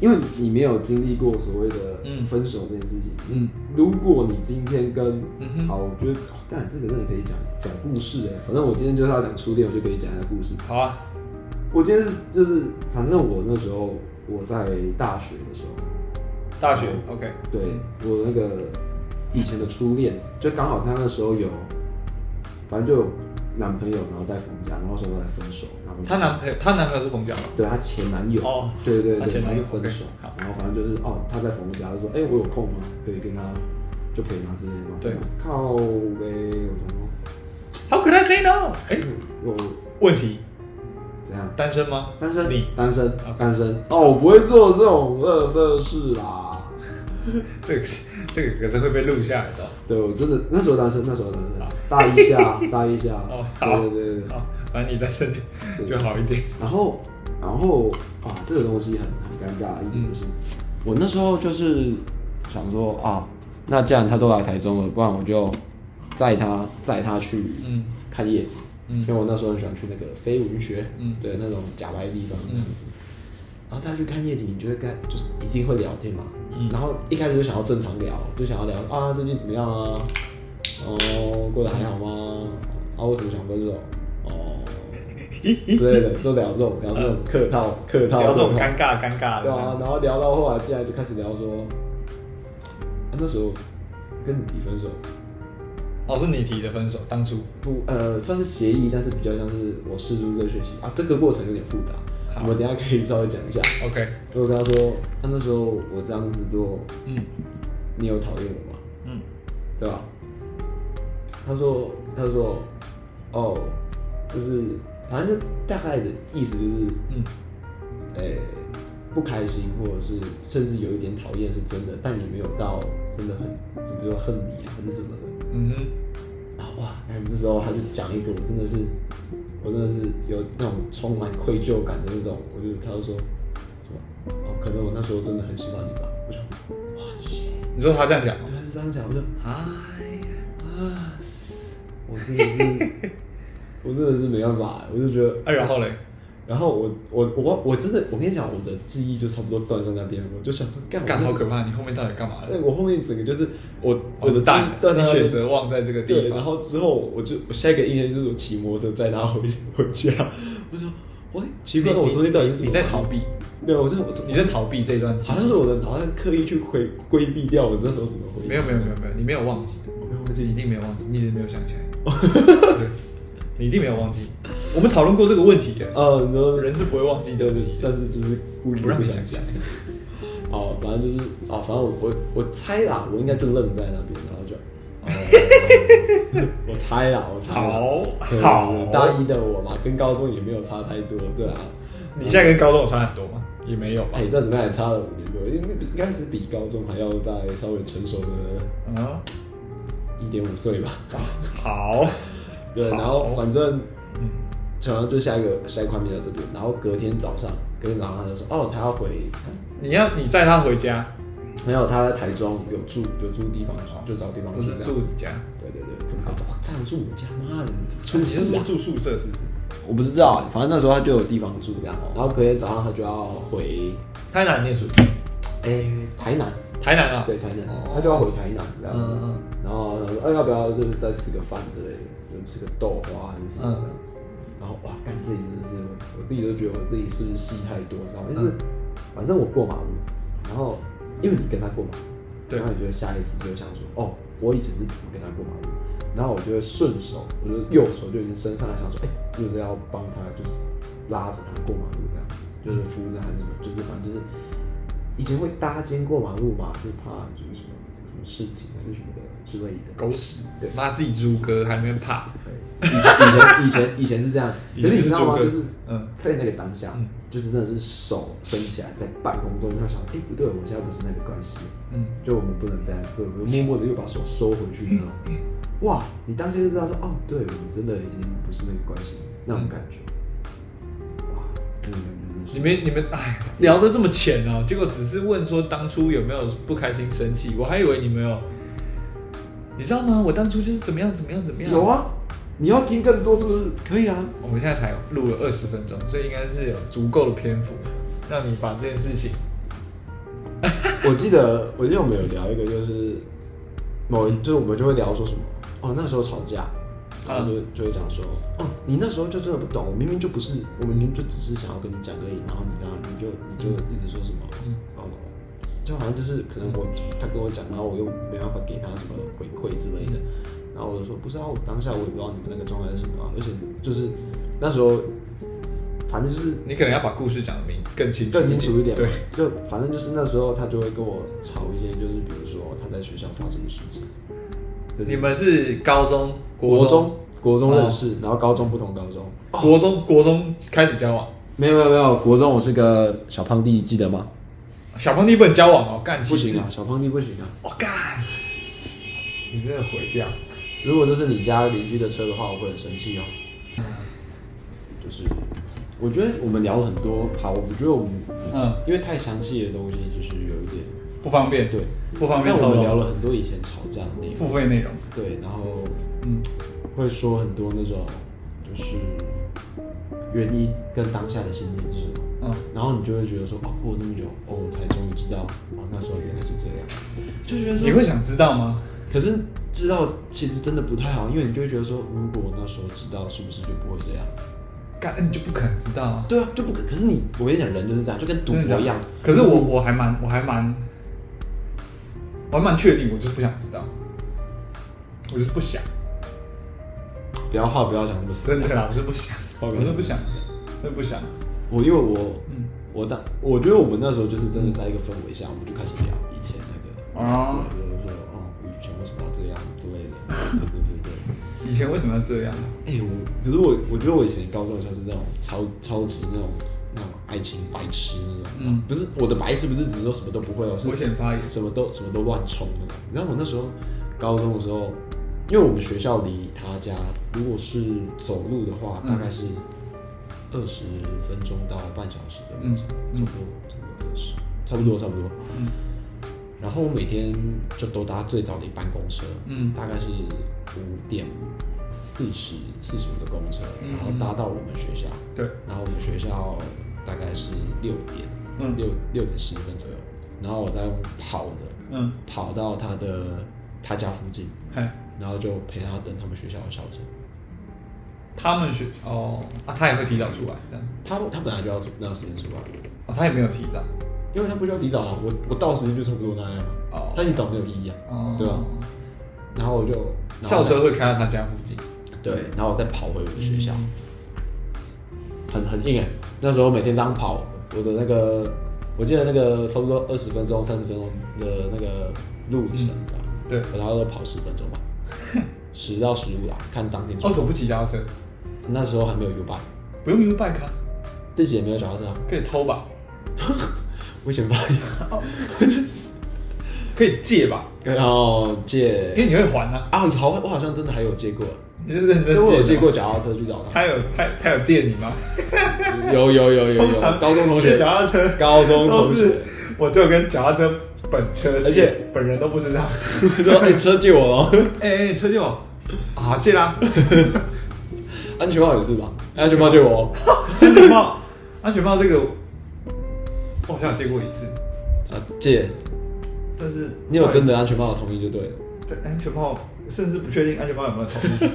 Speaker 2: 因为你没有经历过所谓的
Speaker 1: 嗯
Speaker 2: 分手这件事情。
Speaker 1: 嗯，
Speaker 2: 如果你今天跟
Speaker 1: 嗯哼
Speaker 2: 好，我觉得哦干、这个真的可以讲讲故事哎、反正我今天就是要讲初恋，我就可以讲一下故事。
Speaker 1: 好啊，
Speaker 2: 我今天是就是，反正我那时候我在大学的时候，
Speaker 1: 大学 OK，
Speaker 2: 对我那个以前的初恋，就刚好他那时候有，反正就有男朋友，然后在冯家，然后说在分手，然后
Speaker 1: 她男朋友她男朋友是冯家吗？
Speaker 2: 对她前男友，
Speaker 1: 哦
Speaker 2: 对对
Speaker 1: 她
Speaker 2: 对，
Speaker 1: 前男友
Speaker 2: 然后分手
Speaker 1: OK，，好
Speaker 2: 然后反正就是哦，她在冯家就说，哎、我有空吗？可以跟他就陪吗之类的吗？
Speaker 1: 对，
Speaker 2: 靠呗，我想说，
Speaker 1: How could I say no？哎、
Speaker 2: 我
Speaker 1: 问题，
Speaker 2: 怎样？
Speaker 1: 单身吗？
Speaker 2: 单身，
Speaker 1: 你
Speaker 2: 单身
Speaker 1: OK，
Speaker 2: 单身哦，我不会做这种恶色事啊啦。
Speaker 1: 这个 是这个可是会被录下来的哦。
Speaker 2: 对，我真的那时候单身，那时候单身
Speaker 1: 好，
Speaker 2: 大一下，大一下
Speaker 1: 啊哦，好
Speaker 2: 对对对对。
Speaker 1: 好，反正你单身就就好一点。
Speaker 2: 然后，然后啊，这个东西很很尴尬的一
Speaker 1: 嗯
Speaker 2: 点就是，我那时候就是想说啊，那既然他都来台中了，不然我就载他载他去
Speaker 1: 嗯
Speaker 2: 看夜景，
Speaker 1: 嗯
Speaker 2: 因为我那时候很喜欢去那个非文学，
Speaker 1: 嗯
Speaker 2: 对那种假白的地方，
Speaker 1: 嗯
Speaker 2: 然后再去看夜景，你就会跟就是一定会聊天嘛。
Speaker 1: 嗯
Speaker 2: 然后一开始就想要正常聊，就想要聊啊最近怎么样啊，哦过得还好吗？啊为什么想分手？ 哦之类的，就聊这种聊这种客套客套
Speaker 1: 嗯聊这种
Speaker 2: 客套
Speaker 1: 尴尬尴尬
Speaker 2: 对啊，
Speaker 1: 的，
Speaker 2: 然后聊到后来，竟然就开始聊说，啊、那时候跟你提分手，
Speaker 1: 哦，是你提的分手，当初
Speaker 2: 不呃算是协议，但是比较像是我试出这个讯息啊，这个过程有点复杂，
Speaker 1: 好
Speaker 2: 我们等一下可以稍微讲一下。
Speaker 1: ，OK，
Speaker 2: 我跟他说，他那时候我这样子做，
Speaker 1: 嗯
Speaker 2: 你有讨厌我吗？
Speaker 1: 嗯，
Speaker 2: 对吧？他说，他说，哦，就是反正就大概的意思就是，
Speaker 1: 嗯
Speaker 2: 呃、不开心，或者是甚至有一点讨厌是真的，但你没有到真的很怎么说恨你啊，还是什么的
Speaker 1: 嗯哼，
Speaker 2: 啊哇！那你这时候他就讲一个，我真的是，我真的是有那种充满愧疚感的那种，我就他就说什么哦，可能我那时候真的很喜欢你吧，我就哇塞，
Speaker 1: 你说他这样讲哦，
Speaker 2: 对，他是这样讲，我就
Speaker 1: 哎呀，
Speaker 2: 啊，死我真的是，我真的是没办法，我就觉得
Speaker 1: 啊，然后嘞，
Speaker 2: 然后我我我我真的，我跟你讲，我的记忆就差不多断在那边了。我就想说，干
Speaker 1: 干好
Speaker 2: 我那时
Speaker 1: 可怕，你后面到底干嘛
Speaker 2: 候
Speaker 1: 了？
Speaker 2: 对，我后面整个就是我我的
Speaker 1: 完
Speaker 2: 记
Speaker 1: 蛋
Speaker 2: 忆
Speaker 1: 了，
Speaker 2: 断在
Speaker 1: 你
Speaker 2: 那边
Speaker 1: 选择忘在这个地
Speaker 2: 对，
Speaker 1: 方，
Speaker 2: 然后之后我就我下一个印象就是我骑摩托车载他回 回家。我想，喂，奇怪，
Speaker 1: 你
Speaker 2: 我昨天到底是
Speaker 1: 你
Speaker 2: 怎么
Speaker 1: 你在逃？避，
Speaker 2: 对，我在我是
Speaker 1: 你在逃避这段记
Speaker 2: 好像
Speaker 1: 忆，
Speaker 2: 是我的，好像刻意去回规避掉我那时候怎么回忆。
Speaker 1: 没有没有没有没有，你没有忘记，
Speaker 2: 我没有忘
Speaker 1: 而且
Speaker 2: 记。
Speaker 1: 你一定没有忘记，你只是没有想起来，对，你一定没有忘记，我们讨论过这个问题的，
Speaker 2: 呃，然后
Speaker 1: 人是不会忘记
Speaker 2: 对
Speaker 1: 东西的，
Speaker 2: 但是就是故意
Speaker 1: 不让你
Speaker 2: 想
Speaker 1: 想起来。
Speaker 2: 哦，反正就是哦，反正我我我猜啦，我应该就愣在那边，然后就，哦 我猜啦，我猜啦。
Speaker 1: 好
Speaker 2: 对
Speaker 1: 好
Speaker 2: 大一的我嘛，跟高中也没有差太多，对啊。
Speaker 1: 你现在跟高中有差很多吗？也没有吧
Speaker 2: 哎、，这怎么样也差了五年多，应应该是比高中还要再稍微成熟的
Speaker 1: 啊，
Speaker 2: 一点五岁吧。
Speaker 1: 好，
Speaker 2: 对，
Speaker 1: 好
Speaker 2: 然后反正
Speaker 1: 嗯，
Speaker 2: 然后就下一个下一块面到这边，然后隔天早上，隔天早上他就说，哦，他要回
Speaker 1: 你要你载他回家，
Speaker 2: 没有，他在台中有住有住地方住，就找地方
Speaker 1: 不是
Speaker 2: 哦这样
Speaker 1: 住你家，
Speaker 2: 对对对，怎么搞？这样住我家妈的，你怎么
Speaker 1: 你
Speaker 2: 出
Speaker 1: 是
Speaker 2: 事
Speaker 1: 不
Speaker 2: 啊
Speaker 1: 是？住宿舍是不是？
Speaker 2: 我不知道，反正那时候他就有地方住这样，哦然后隔天早上他就要回，
Speaker 1: 台南念书，
Speaker 2: 哎、台南，
Speaker 1: 台南啊，
Speaker 2: 对台南
Speaker 1: 哦，
Speaker 2: 他就要回台南这样，
Speaker 1: 嗯嗯
Speaker 2: 然后他说，哎、要不要就是再吃个饭之类的，就吃个豆花还是什
Speaker 1: 嗯
Speaker 2: 么这样子，然后哇，干自己真的是，我自己都觉得我自己是不是戏太多，你知道吗？就是、
Speaker 1: 嗯
Speaker 2: 反正我过马路，然后因为你跟他过马路。
Speaker 1: 对
Speaker 2: 然后你就下意识就会想说，哦，我以前是怎么跟他过马路，然后我就会顺手，我就右手就已经伸上来想说，哎、就是要帮他，就是拉着他过马路这样，就是扶着他什么，就是反正就是以前会搭肩过马路嘛，就怕就是什么什么事情还是什么的之类的。
Speaker 1: 狗屎
Speaker 2: 对，
Speaker 1: 妈自己猪哥还没怕，
Speaker 2: 以前以前以前是这样，
Speaker 1: 以
Speaker 2: 可
Speaker 1: 前
Speaker 2: 是
Speaker 1: 是
Speaker 2: 你知道吗？
Speaker 1: 猪哥
Speaker 2: 就是
Speaker 1: 嗯
Speaker 2: 在那个当下
Speaker 1: 嗯，
Speaker 2: 就是真的是手伸起来在半空中，他想，哎、不对，我现在不是那个关系。
Speaker 1: 嗯，
Speaker 2: 就我们不能这样，对，我们默默的又把手收回去那种。
Speaker 1: 嗯
Speaker 2: 哇，你当下就知道说，哦，对，我们真的已经不是那个关系，那种感觉。哇，嗯，
Speaker 1: 嗯你们你们哎，聊得这么浅哦，结果只是问说当初有没有不开心生气，我还以为你没有，你知道吗？我当初就是怎么样怎么样怎么样，
Speaker 2: 有，啊，你要听更多是不是？可 以啊，
Speaker 1: 我们现在才录了二十分钟，所以应该是有足够的篇幅让你把这件事情，
Speaker 2: 我记得，我记得我们有聊一个，就是某一就是我们就会聊说什么哦，那时候吵架，然后就就会讲说哦，你那时候就真的不懂，我明明就不是，我明明就只是想要跟你讲而已，然后你知道你就你就一直说什么
Speaker 1: 嗯
Speaker 2: 哦，就好像就是可能我他跟我讲，然后我又没办法给他什么回馈之类的，然后我就说不是啊，我当下我也不知道你们那个状态是什么啊、而且就是那时候反正就是
Speaker 1: 你可能要把故事讲得明更清楚
Speaker 2: 更清楚一点嘛
Speaker 1: 对，
Speaker 2: 就反正就是那时候他就会跟我吵一些，就是比如说他在学校发生的事情，就是
Speaker 1: 你们是高中、
Speaker 2: 国
Speaker 1: 国中哦
Speaker 2: 中、哦国中认识，然后高中不同高中，
Speaker 1: 国中、国中开始交往，
Speaker 2: 没有没有没有，国中我是个小胖弟，记得吗？
Speaker 1: 小胖弟不能交往哦，干
Speaker 2: 不
Speaker 1: 其实
Speaker 2: 行啊，小胖弟不行啊。
Speaker 1: 我、哦干，你真的毁掉。
Speaker 2: 如果这是你家邻居的车的话，我会很生气哦。就是我觉得我们聊了很多，好，我觉得我们
Speaker 1: 嗯，
Speaker 2: 因为太详细的东西，就是有一点
Speaker 1: 不方便，
Speaker 2: 对，
Speaker 1: 不方便
Speaker 2: 但
Speaker 1: 透露。
Speaker 2: 我们聊了很多以前吵架的内容，
Speaker 1: 付费内容，
Speaker 2: 对，然后
Speaker 1: 嗯，
Speaker 2: 会说很多那种就是原因跟当下的心境是什么，
Speaker 1: 嗯，
Speaker 2: 然后你就会觉得说，哦，过了这么久，哦，我才终于知道，哦，那时候原来是这样，就觉得
Speaker 1: 你
Speaker 2: 说，
Speaker 1: 会想知道吗？
Speaker 2: 可是知道其实真的不太好，因为你就会觉得说，如果我那时候知道，是不是就不会这样？
Speaker 1: 干，你就不肯知道啊。
Speaker 2: 对啊，就不可。可是你，我跟你讲，人就是这样，就跟赌
Speaker 1: 真的假
Speaker 2: 博
Speaker 1: 的
Speaker 2: 一样。
Speaker 1: 可是我我还蛮我还蛮我还蛮确定，我就是不想知道，我就是不想。
Speaker 2: 不要话不要讲那么死。
Speaker 1: 真的啦，我是不想，
Speaker 2: 好
Speaker 1: 我是不想，真的不想。
Speaker 2: 我因为我
Speaker 1: 嗯，
Speaker 2: 我当我觉得我们那时候就是真的在一个氛围下，我们就开始聊以前那个
Speaker 1: 哦
Speaker 2: 对对对，哦，以前为什么要这样之类的，对对对对。
Speaker 1: 以前为什么要这样？
Speaker 2: 哎、我可是我我觉得我以前高中的时候是那种超超级那种那种爱情白痴那种，啊
Speaker 1: 嗯
Speaker 2: 不是我的白痴不是只是说什么都不会哦，是
Speaker 1: 危险发言
Speaker 2: 什么都什么都乱冲那种。你知道我那时候高中的时候，因为我们学校离他家如果是走路的话，
Speaker 1: 嗯
Speaker 2: 大概是二十分钟到半小时的那种，
Speaker 1: 嗯嗯
Speaker 2: 差不多差不多差不多差不多。
Speaker 1: 嗯
Speaker 2: 然后我每天就都搭最早的班公车，
Speaker 1: 嗯
Speaker 2: 大概是五点四十四十五的公车，
Speaker 1: 嗯
Speaker 2: 然后搭到我们学校，
Speaker 1: 对，
Speaker 2: 然后我们学校大概是六点，
Speaker 1: 嗯
Speaker 2: 六六点十分左右，然后我再用跑的
Speaker 1: 嗯，
Speaker 2: 跑到他的他家附近，
Speaker 1: 嗨，
Speaker 2: 然后就陪他等他们学校的校车。
Speaker 1: 他们学哦啊，他也会提早出来这样，
Speaker 2: 他他本来就要那段时间出发，
Speaker 1: 哦，他也没有提早，
Speaker 2: 因为他不需要提早啊，我我到时间就差不多那样啊，
Speaker 1: 哦
Speaker 2: 那你早没有意义啊，
Speaker 1: 哦，
Speaker 2: 对啊，然后我就
Speaker 1: 校车会开到他家附近，
Speaker 2: 对，然后我再跑回我的学校，
Speaker 1: 嗯
Speaker 2: 很很硬哎、那时候每天这样跑，我的那个，我记得那个差不多二十分钟、三十分钟的那个路程吧，
Speaker 1: 对，
Speaker 2: 我大概都跑十分钟 吧，十到十五啦，啊看当天
Speaker 1: 哦，
Speaker 2: 状
Speaker 1: 为
Speaker 2: 况。
Speaker 1: 什么不骑脚踏车？
Speaker 2: 那时候还没有 U b i
Speaker 1: 不用 U bike 啊，
Speaker 2: 自己也没有脚踏车啊，
Speaker 1: 可以偷吧？
Speaker 2: 危险吧？
Speaker 1: 哦可以借吧？
Speaker 2: 然后
Speaker 1: 因为
Speaker 2: 借
Speaker 1: 你会还啊，
Speaker 2: 啊，好，我好像真的还有借过，
Speaker 1: 你是认
Speaker 2: 因
Speaker 1: 真
Speaker 2: 为我有
Speaker 1: 的
Speaker 2: 借
Speaker 1: 吗
Speaker 2: 过，脚踏车去 找他，
Speaker 1: 他有他他有借你吗？
Speaker 2: 有有有有有
Speaker 1: 通，常
Speaker 2: 高中同学
Speaker 1: 借脚踏车，
Speaker 2: 高中
Speaker 1: 都
Speaker 2: 同学
Speaker 1: 是。我只有跟脚踏车本车借，
Speaker 2: 而且
Speaker 1: 本人都不 知道。
Speaker 2: 说哎、车借我喽。
Speaker 1: 哎、哎，车借我，好、啊谢 啦。
Speaker 2: 安全帽也是吧？安全帽借我 哦。
Speaker 1: 安全帽，安全帽这个我好像有借过一次，
Speaker 2: 啊，借！
Speaker 1: 但是
Speaker 2: 你有真的安全帽的同意就对了。
Speaker 1: 对安全帽，甚至不确定安全帽有没有 同意，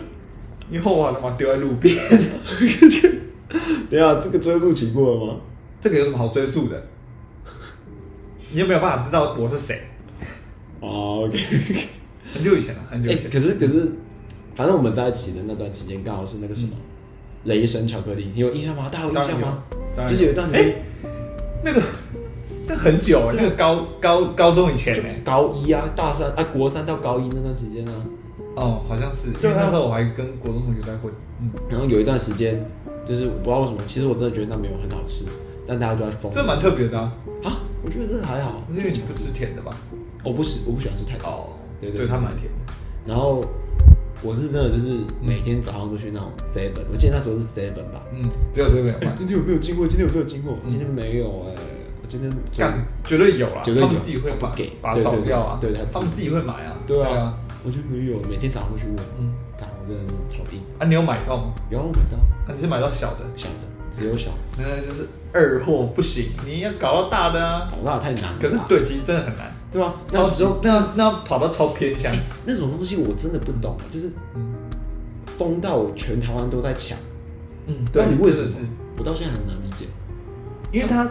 Speaker 1: 因为后来他妈丢在路边，
Speaker 2: 等一下，这个追溯期过了吗？
Speaker 1: 这个有什么好追溯的？你有没有办法知道我是谁？
Speaker 2: 哦，OK、
Speaker 1: 很久以前了，很
Speaker 2: o
Speaker 1: 久
Speaker 2: k
Speaker 1: 以前。
Speaker 2: 哎可是可是，反正我们在一起的那段期间，刚好是那个什么、雷神巧克力，你有印象吗？大家有印象吗
Speaker 1: 当然有当然？有
Speaker 2: 就是有一段时间，
Speaker 1: 那个那很久、
Speaker 2: 啊
Speaker 1: 欸，那个高高高中以前呢、
Speaker 2: 高一啊，大三啊，国三到高一那段时间啊，
Speaker 1: 哦，好像是，因
Speaker 2: 对
Speaker 1: 为
Speaker 2: 啊哦
Speaker 1: 那时候我还跟国中同学在混，嗯，
Speaker 2: 然后有一段时间，就是我不知道为什么，其实我真的觉得那没有很好吃，但大家都在疯
Speaker 1: 这蛮特别的、啊，
Speaker 2: 啊，我觉得这还好，
Speaker 1: 是因为你不吃甜的吧？
Speaker 2: 我不喜我不喜欢吃太高。
Speaker 1: 哦，
Speaker 2: 对对
Speaker 1: 对，它蛮甜的，
Speaker 2: 然后我是真的就是每天早上都去那种 seven，我记得那时候是 seven 吧。
Speaker 1: 嗯，只有这个有 卖，
Speaker 2: 今天有没有经过？今天有没有经过？今天没有哎、我今天昨
Speaker 1: 干绝对有啦，
Speaker 2: 绝对有
Speaker 1: 他们自己会把
Speaker 2: 他不给
Speaker 1: 把它
Speaker 2: 对对
Speaker 1: 扫
Speaker 2: 对
Speaker 1: 掉啊，
Speaker 2: 对他自己
Speaker 1: 他们自己会买啊，
Speaker 2: 对啊，，我就没有，每天早上都去问。
Speaker 1: 嗯，
Speaker 2: 干，我真的是超硬。
Speaker 1: 啊，你有买到吗？
Speaker 2: 然后我到
Speaker 1: 啊，你是买到小的，
Speaker 2: 小的，只有小，
Speaker 1: 那就是二货不行，你要搞到大的啊，
Speaker 2: 老大太难了。
Speaker 1: 可是对，其实真的很难，
Speaker 2: 对啊，那
Speaker 1: 超
Speaker 2: 时
Speaker 1: 时
Speaker 2: 候
Speaker 1: 候那要那要跑到超偏乡，
Speaker 2: 那种东西我真的不懂，啊就是
Speaker 1: 嗯
Speaker 2: 疯到我全台湾都在抢。
Speaker 1: 嗯，
Speaker 2: 那你为什
Speaker 1: 真的是
Speaker 2: 么？我到现在很难理解。
Speaker 1: 因为它，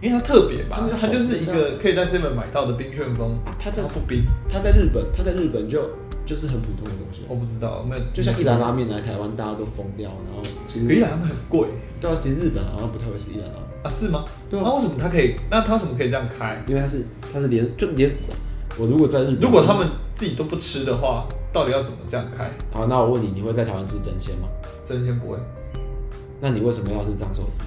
Speaker 1: 因为它特别吧，
Speaker 2: 它
Speaker 1: 它
Speaker 2: 就
Speaker 1: 就是是一个可以在 seven 买到的冰旋风
Speaker 2: 啊它这
Speaker 1: 然后不冰，
Speaker 2: 他在日本，他在日本就就是很普通的东西，啊
Speaker 1: 我不知道，没有，
Speaker 2: 就像一兰拉面来台湾，大家都疯掉，然后其实
Speaker 1: 可以啊啦，他们很贵
Speaker 2: 对啊，其实日本好像不太会吃一兰拉面，
Speaker 1: 啊，是吗？
Speaker 2: 对啊
Speaker 1: 那为什么它可以？那它为什么可以这样开？
Speaker 2: 因为它是它是连就连我如果在日本，
Speaker 1: 如果他们自己都不吃的话，到底要怎么这样开？
Speaker 2: 好，那我问你，你会在台湾吃真鲜吗？
Speaker 1: 真鲜不会，
Speaker 2: 那你为什么要吃藏寿司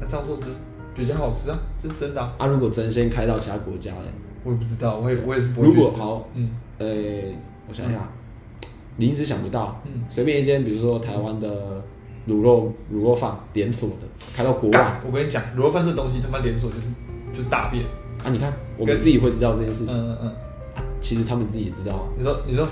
Speaker 1: 那这样寿司比较好吃啊，这是真的啊。
Speaker 2: 啊？如果真鲜开到其他国家嘞，
Speaker 1: 我也不知道，我也我也是不会
Speaker 2: 如
Speaker 1: 去吃。
Speaker 2: 果好，
Speaker 1: 嗯，
Speaker 2: 呃，我想想，临时想不到，
Speaker 1: 嗯
Speaker 2: 随便一间，比如说台湾的卤肉卤肉饭连锁的，开到国外，
Speaker 1: 干，我跟你讲，卤肉饭这东西他妈连锁就是就是大便。
Speaker 2: 啊，你看我们
Speaker 1: 跟
Speaker 2: 自己会知道这件事
Speaker 1: 嗯
Speaker 2: 情，
Speaker 1: 嗯嗯，
Speaker 2: 啊，其实他们自己也知道啊，
Speaker 1: 你说你说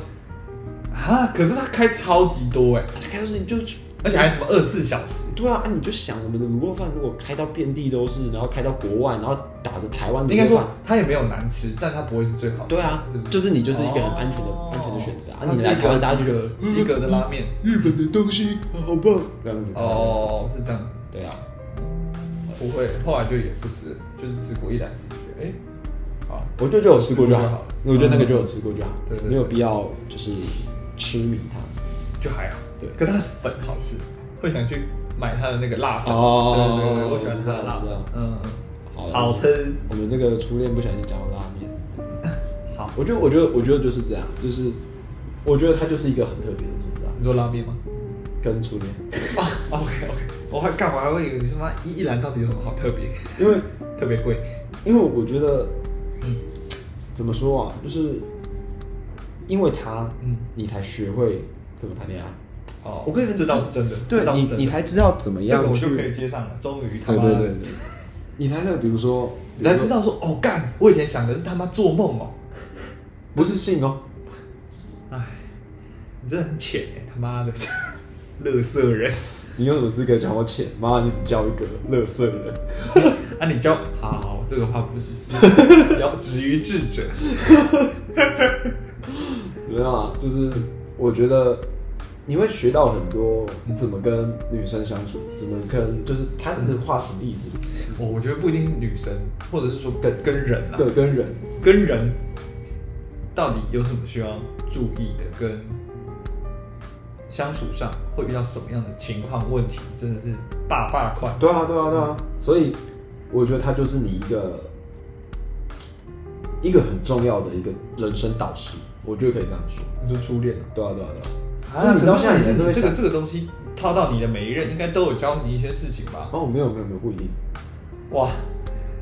Speaker 1: 啊，可是它开超级多哎、
Speaker 2: 啊开到事情就就
Speaker 1: 而且还什么二十四小时。
Speaker 2: 对啊，啊你就想我们的卤肉饭如果开到遍地都是，然后开到国外，然后打着台湾
Speaker 1: 应
Speaker 2: 卤
Speaker 1: 该
Speaker 2: 肉
Speaker 1: 说
Speaker 2: 饭，
Speaker 1: 它也没有难吃，但它不会是最好吃的。
Speaker 2: 对啊
Speaker 1: 是不，是？
Speaker 2: 就是你就是一个很安全的、
Speaker 1: 哦
Speaker 2: 安全的选择啊。
Speaker 1: 它
Speaker 2: 你
Speaker 1: 是一
Speaker 2: 来
Speaker 1: 个
Speaker 2: 台湾，大家就觉得嗯
Speaker 1: 及格及格的拉面。
Speaker 2: 日本的东西好棒，这样子
Speaker 1: 哦，，是这样子，
Speaker 2: 对啊，
Speaker 1: 不会，后来就也不吃，就是吃过一两次，觉得哎，好，
Speaker 2: 我就就有吃过就好，
Speaker 1: 嗯
Speaker 2: 我觉得那个就有吃过就好
Speaker 1: 对对，对
Speaker 2: 没有必要就是痴迷它。
Speaker 1: 就还好。
Speaker 2: 对
Speaker 1: 可它的粉好吃，会想去买它的那个辣粉。
Speaker 2: 哦
Speaker 1: 对对对对，
Speaker 2: 我
Speaker 1: 我喜欢它的
Speaker 2: 知道
Speaker 1: 辣
Speaker 2: 我知
Speaker 1: 粉
Speaker 2: 道，
Speaker 1: 嗯，
Speaker 2: 好
Speaker 1: 嗯
Speaker 2: 了
Speaker 1: 好吃。
Speaker 2: 我们这个初恋不小心讲到拉面，
Speaker 1: 好，
Speaker 2: 我觉得，我觉得，我觉得就是这样，就是我觉得它就是一个很特别的存在，
Speaker 1: 你做拉面吗？
Speaker 2: 跟初恋，
Speaker 1: 啊，OK OK，我还干嘛还会以为你是妈一一兰到底有什么好特别？
Speaker 2: 因为
Speaker 1: 特别贵。
Speaker 2: 因为我觉得
Speaker 1: 嗯
Speaker 2: 怎么说啊，就是因为他，
Speaker 1: 嗯
Speaker 2: 你才学会怎么谈恋爱。
Speaker 1: 哦，
Speaker 2: 我可以跟
Speaker 1: 这倒是真的，
Speaker 2: 对
Speaker 1: 这倒是
Speaker 2: 你
Speaker 1: 真的，
Speaker 2: 你才知道怎么
Speaker 1: 这
Speaker 2: 样
Speaker 1: 个我
Speaker 2: 去，
Speaker 1: 就可以接上了，终于他
Speaker 2: 对
Speaker 1: 妈
Speaker 2: 对
Speaker 1: 的
Speaker 2: 对 对，你才会比如说，
Speaker 1: 你才知
Speaker 2: 比如说
Speaker 1: 道说哦干，我以前想的是他妈做梦哦，
Speaker 2: 不是性哦，
Speaker 1: 哎，你真的很浅哎，他妈的， 乐色人。
Speaker 2: 你有什么资格讲我浅？妈，你只交一个乐色人。
Speaker 1: 啊，你教好好，这个话不是，要止于智者。
Speaker 2: 怎么样啊？就是我觉得你会学到很多
Speaker 1: 嗯
Speaker 2: 怎么跟女生相处，怎么跟就是她整个话什么意思，
Speaker 1: 我我觉得不一定是女生，或者是说跟跟人啊，
Speaker 2: 对，跟人
Speaker 1: 跟人到底有什么需要注意的，跟相处上会遇到什么样的情况问题，真的是大大块。
Speaker 2: 对啊，对啊，对啊。所以我觉得他就是你一个一个很重要的一个人生导师，我觉得可以这样说。
Speaker 1: 你说初恋啊？
Speaker 2: 对啊，对啊，对啊。
Speaker 1: 啊，
Speaker 2: 就你到现在
Speaker 1: 可是
Speaker 2: 你还是
Speaker 1: 你
Speaker 2: 会
Speaker 1: 这个
Speaker 2: 想
Speaker 1: 这个东西套到你的每一任，应该都有教你一些事情吧？
Speaker 2: 哦，没有没有没有，不一定，
Speaker 1: 哇，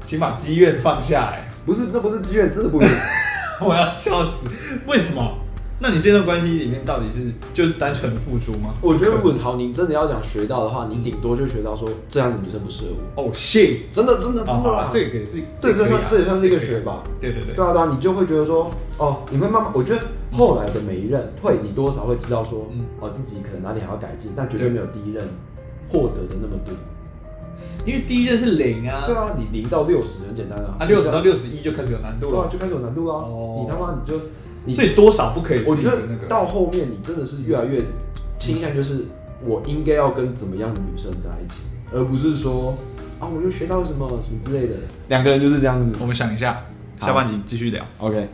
Speaker 1: 请把积怨放下哎来、
Speaker 2: 不是，那不是自愿，真的不一定。
Speaker 1: 我要笑死！为什么？那你这段关系里面到底是就是单纯付出吗？
Speaker 2: 我觉得稳好，你真的要讲学到的话，你顶多就学到说这样的女生不适合我。
Speaker 1: 哦、shit！
Speaker 2: 真的，真的，真的
Speaker 1: 啊
Speaker 2: 啦，
Speaker 1: 这个也是，
Speaker 2: 这
Speaker 1: 个
Speaker 2: 这
Speaker 1: 可以啊
Speaker 2: 算这也算是一个学吧。
Speaker 1: 对对对，
Speaker 2: 对啊，对啊，你就会觉得说，哦，你会慢慢，我觉得后来的每一任会，你多少会知道说，
Speaker 1: 嗯
Speaker 2: 哦，自己可能哪里还要改进，但绝对没有第一任获得的那么多。
Speaker 1: 因为第一任是零啊，
Speaker 2: 对啊，你零到六十很简单啊，
Speaker 1: 啊，六十到
Speaker 2: 你
Speaker 1: 六十一就开始有难
Speaker 2: 这
Speaker 1: 度
Speaker 2: 样对啊，
Speaker 1: 了，
Speaker 2: 就开始有难度啦。
Speaker 1: 哦
Speaker 2: 你他妈你就你，
Speaker 1: 所以多少不可以是
Speaker 2: 我觉
Speaker 1: 一个
Speaker 2: 得
Speaker 1: 那个
Speaker 2: 到后面你真的是越来越倾向就是我应该要跟怎么样的女生在一起，而不是说啊我又学到什么什么之类的。两个人就是这样子
Speaker 1: 我们想一下，
Speaker 2: 好
Speaker 1: 下半集继续聊。
Speaker 2: OK，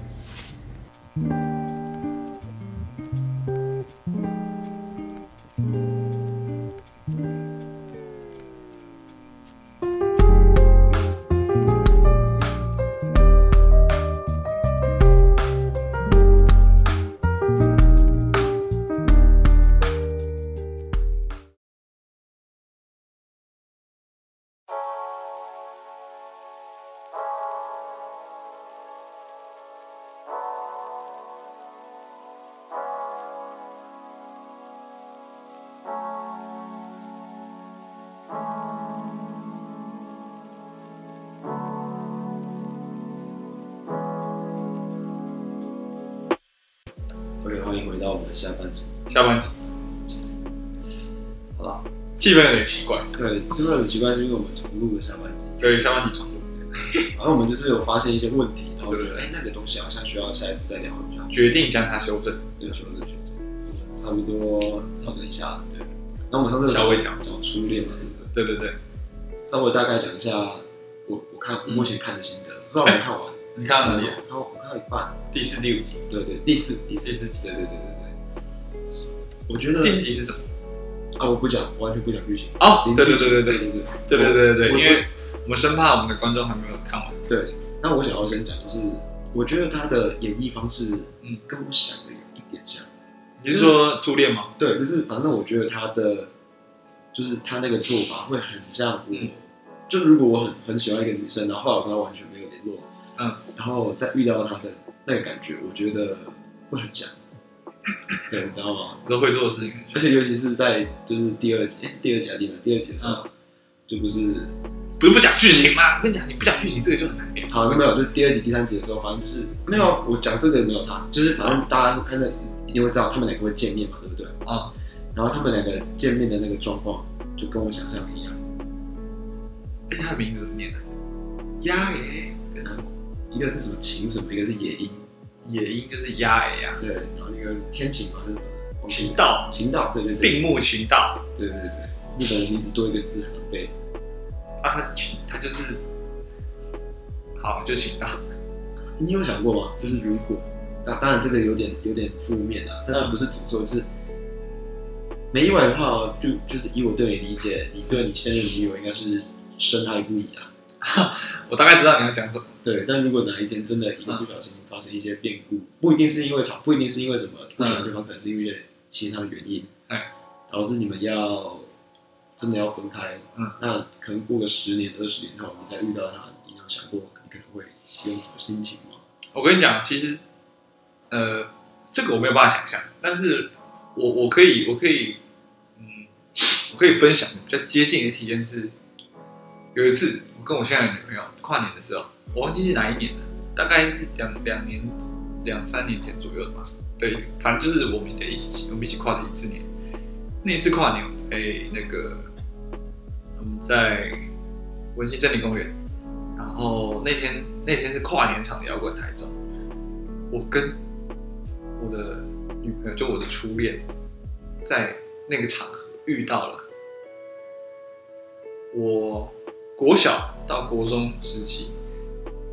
Speaker 2: OK，欢迎回到我们的下半集。
Speaker 1: 下半集
Speaker 2: 好吧，
Speaker 1: 气氛有点奇怪，
Speaker 2: 对，是不是很奇怪？是因为我们重录了下半集，
Speaker 1: 可以下半集重录。
Speaker 2: 然后我们就是有发现一些问题，然后觉得哎、那个东西好像需要下一次再聊一下，
Speaker 1: 决定将它修正，
Speaker 2: 这个时候就觉得差不多调整一下。对，那我们上次有
Speaker 1: 稍微调
Speaker 2: 讲初恋嘛，对不
Speaker 1: 对
Speaker 2: 对？
Speaker 1: 对对，
Speaker 2: 稍微大概讲一下我我看我目前看的心得，不知道我没看完，
Speaker 1: 你看到哪里？啊
Speaker 2: 我看我看到一半，
Speaker 1: 第四、第五集，
Speaker 2: 对对，第四第
Speaker 1: 第四集，
Speaker 2: 对对对对对，我觉得
Speaker 1: 第四集是什么？
Speaker 2: 啊，我不讲，完全不讲剧情。
Speaker 1: 哦，对对对对对
Speaker 2: 对对对
Speaker 1: 对对对对
Speaker 2: 我
Speaker 1: 对，因为我们嗯生怕我们的观众还没有看完。
Speaker 2: 对，那我想要先讲就是，我觉得他的演绎方式，嗯，跟我想的有一点像。
Speaker 1: 你是说初恋吗？
Speaker 2: 对，就是反正我觉得他的，就是他那个做法会很像我，
Speaker 1: 嗯
Speaker 2: 就如果我很很喜欢一个女生，然后后来我跟她完全没有联络，
Speaker 1: 嗯，
Speaker 2: 然后再遇到她的那个感觉，我觉得会很像。对，你知道吗？
Speaker 1: 你说会做的事情，
Speaker 2: 而且尤其是在就是第二集，诶是第二集还是第哪？第二集的时
Speaker 1: 嗯
Speaker 2: 候，就不是
Speaker 1: 不是不讲剧情吗？我跟你讲，你不讲剧情，这个就很难聊。
Speaker 2: 好，那没有，就是第二集、第三集的时候，反正就是没有，我讲这个没有差，就是反正大家看到一定会知道他们两个会见面嘛，对不对？
Speaker 1: 啊、
Speaker 2: 然后他们两个见面的那个状况，就跟我想象的一样，
Speaker 1: 哎，他的名字怎么念的？鸭耶，跟什么？
Speaker 2: 一个是什么晴什么，一个是野樱，
Speaker 1: 野樱就是鸭啊耶呀，
Speaker 2: 对，然后那个是天晴嘛，那个
Speaker 1: 情道，
Speaker 2: 晴道，对对对，
Speaker 1: 病木情道
Speaker 2: 对对对对，日本人名字多一个字很难背，
Speaker 1: 啊，他情他就是，好就情道，
Speaker 2: 你有想过吗？就是
Speaker 1: 嗯
Speaker 2: 如果，那当然这个有点有点负面啊，但是不是诅咒，就是
Speaker 3: 没意外的话，就就是以我对你理解，你对你现任女友应该是深爱不已啊。
Speaker 1: 我大概知道你要讲什么。
Speaker 3: 对，但如果哪一天真的一个不小
Speaker 1: 嗯
Speaker 3: 心发生一些变故，不一定是因为吵，不一定是因为什么不
Speaker 1: 嗯
Speaker 3: 喜欢对方，可能是因为其他的原因，
Speaker 1: 哎，
Speaker 3: 导致你们要真的要分开。
Speaker 1: 嗯，
Speaker 3: 那可能过个十年、二十年后，你再遇到他，你有想过你可能会用什么心情吗？
Speaker 1: 我跟你讲，其实，呃，这个我没有办法想象，但是我我可以，我可以，嗯，我可以分享比较接近的体验是，有一次我跟我现在的女朋友跨年的时候，我忘记是哪一年了，大概是两两年、两三年前左右的吧。对，反正就是我们的一起，我们一起跨的一次年。那一次跨年，我们在那个我们在文心森林公园，然后那天那天是跨年场的摇滚台中，我跟我的女朋友，就我的初恋，在那个场合遇到了我国小到国中时期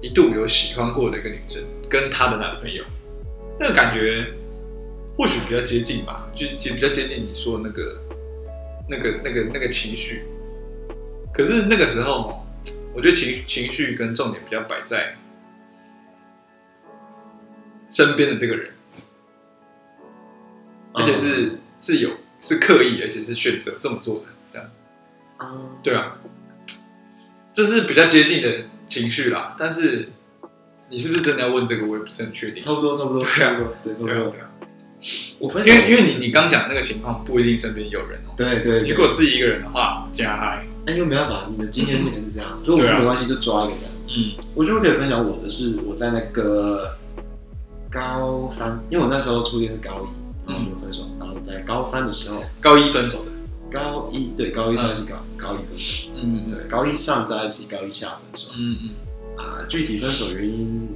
Speaker 1: 一度有喜欢过的一个女生，跟她的男朋友，那个感觉或许比较接近吧，就就比较接近你说的那个那个那个那个情绪。可是那个时候哦，我觉得情情绪跟重点比较摆在身边的这个人，
Speaker 3: 嗯
Speaker 1: 而且是是有是刻意，而且是选择这么做的，这样子，
Speaker 3: 啊，
Speaker 1: 对啊，这是比较接近的情绪啦。但是你是不是真的要问这个，我也不是很确定。
Speaker 3: 差不多，差不多，
Speaker 1: 对啊
Speaker 3: 差不多，对，差不
Speaker 1: 对啊，
Speaker 3: 多。
Speaker 1: 对啊，
Speaker 3: 我分
Speaker 1: 因
Speaker 3: 享，
Speaker 1: 为因为你你刚讲那个情况不一定身边有人哦、
Speaker 3: 对对，对
Speaker 1: 如果自己一个人的话，加嗨，
Speaker 3: 但又没办法，你的今天目前是这样， 如果没有关系就抓一个这样。
Speaker 1: 啊嗯，
Speaker 3: 我觉得我可以分享我的是我在那个高三，因为我那时候初恋是高一，然后就分手，然后在高三的时候，
Speaker 1: 高一分手的，
Speaker 3: 高一对高一在一起高、高一分手，
Speaker 1: 嗯
Speaker 3: 对高一上在一起，高一下分手
Speaker 1: 嗯嗯
Speaker 3: 啊。具体分手原因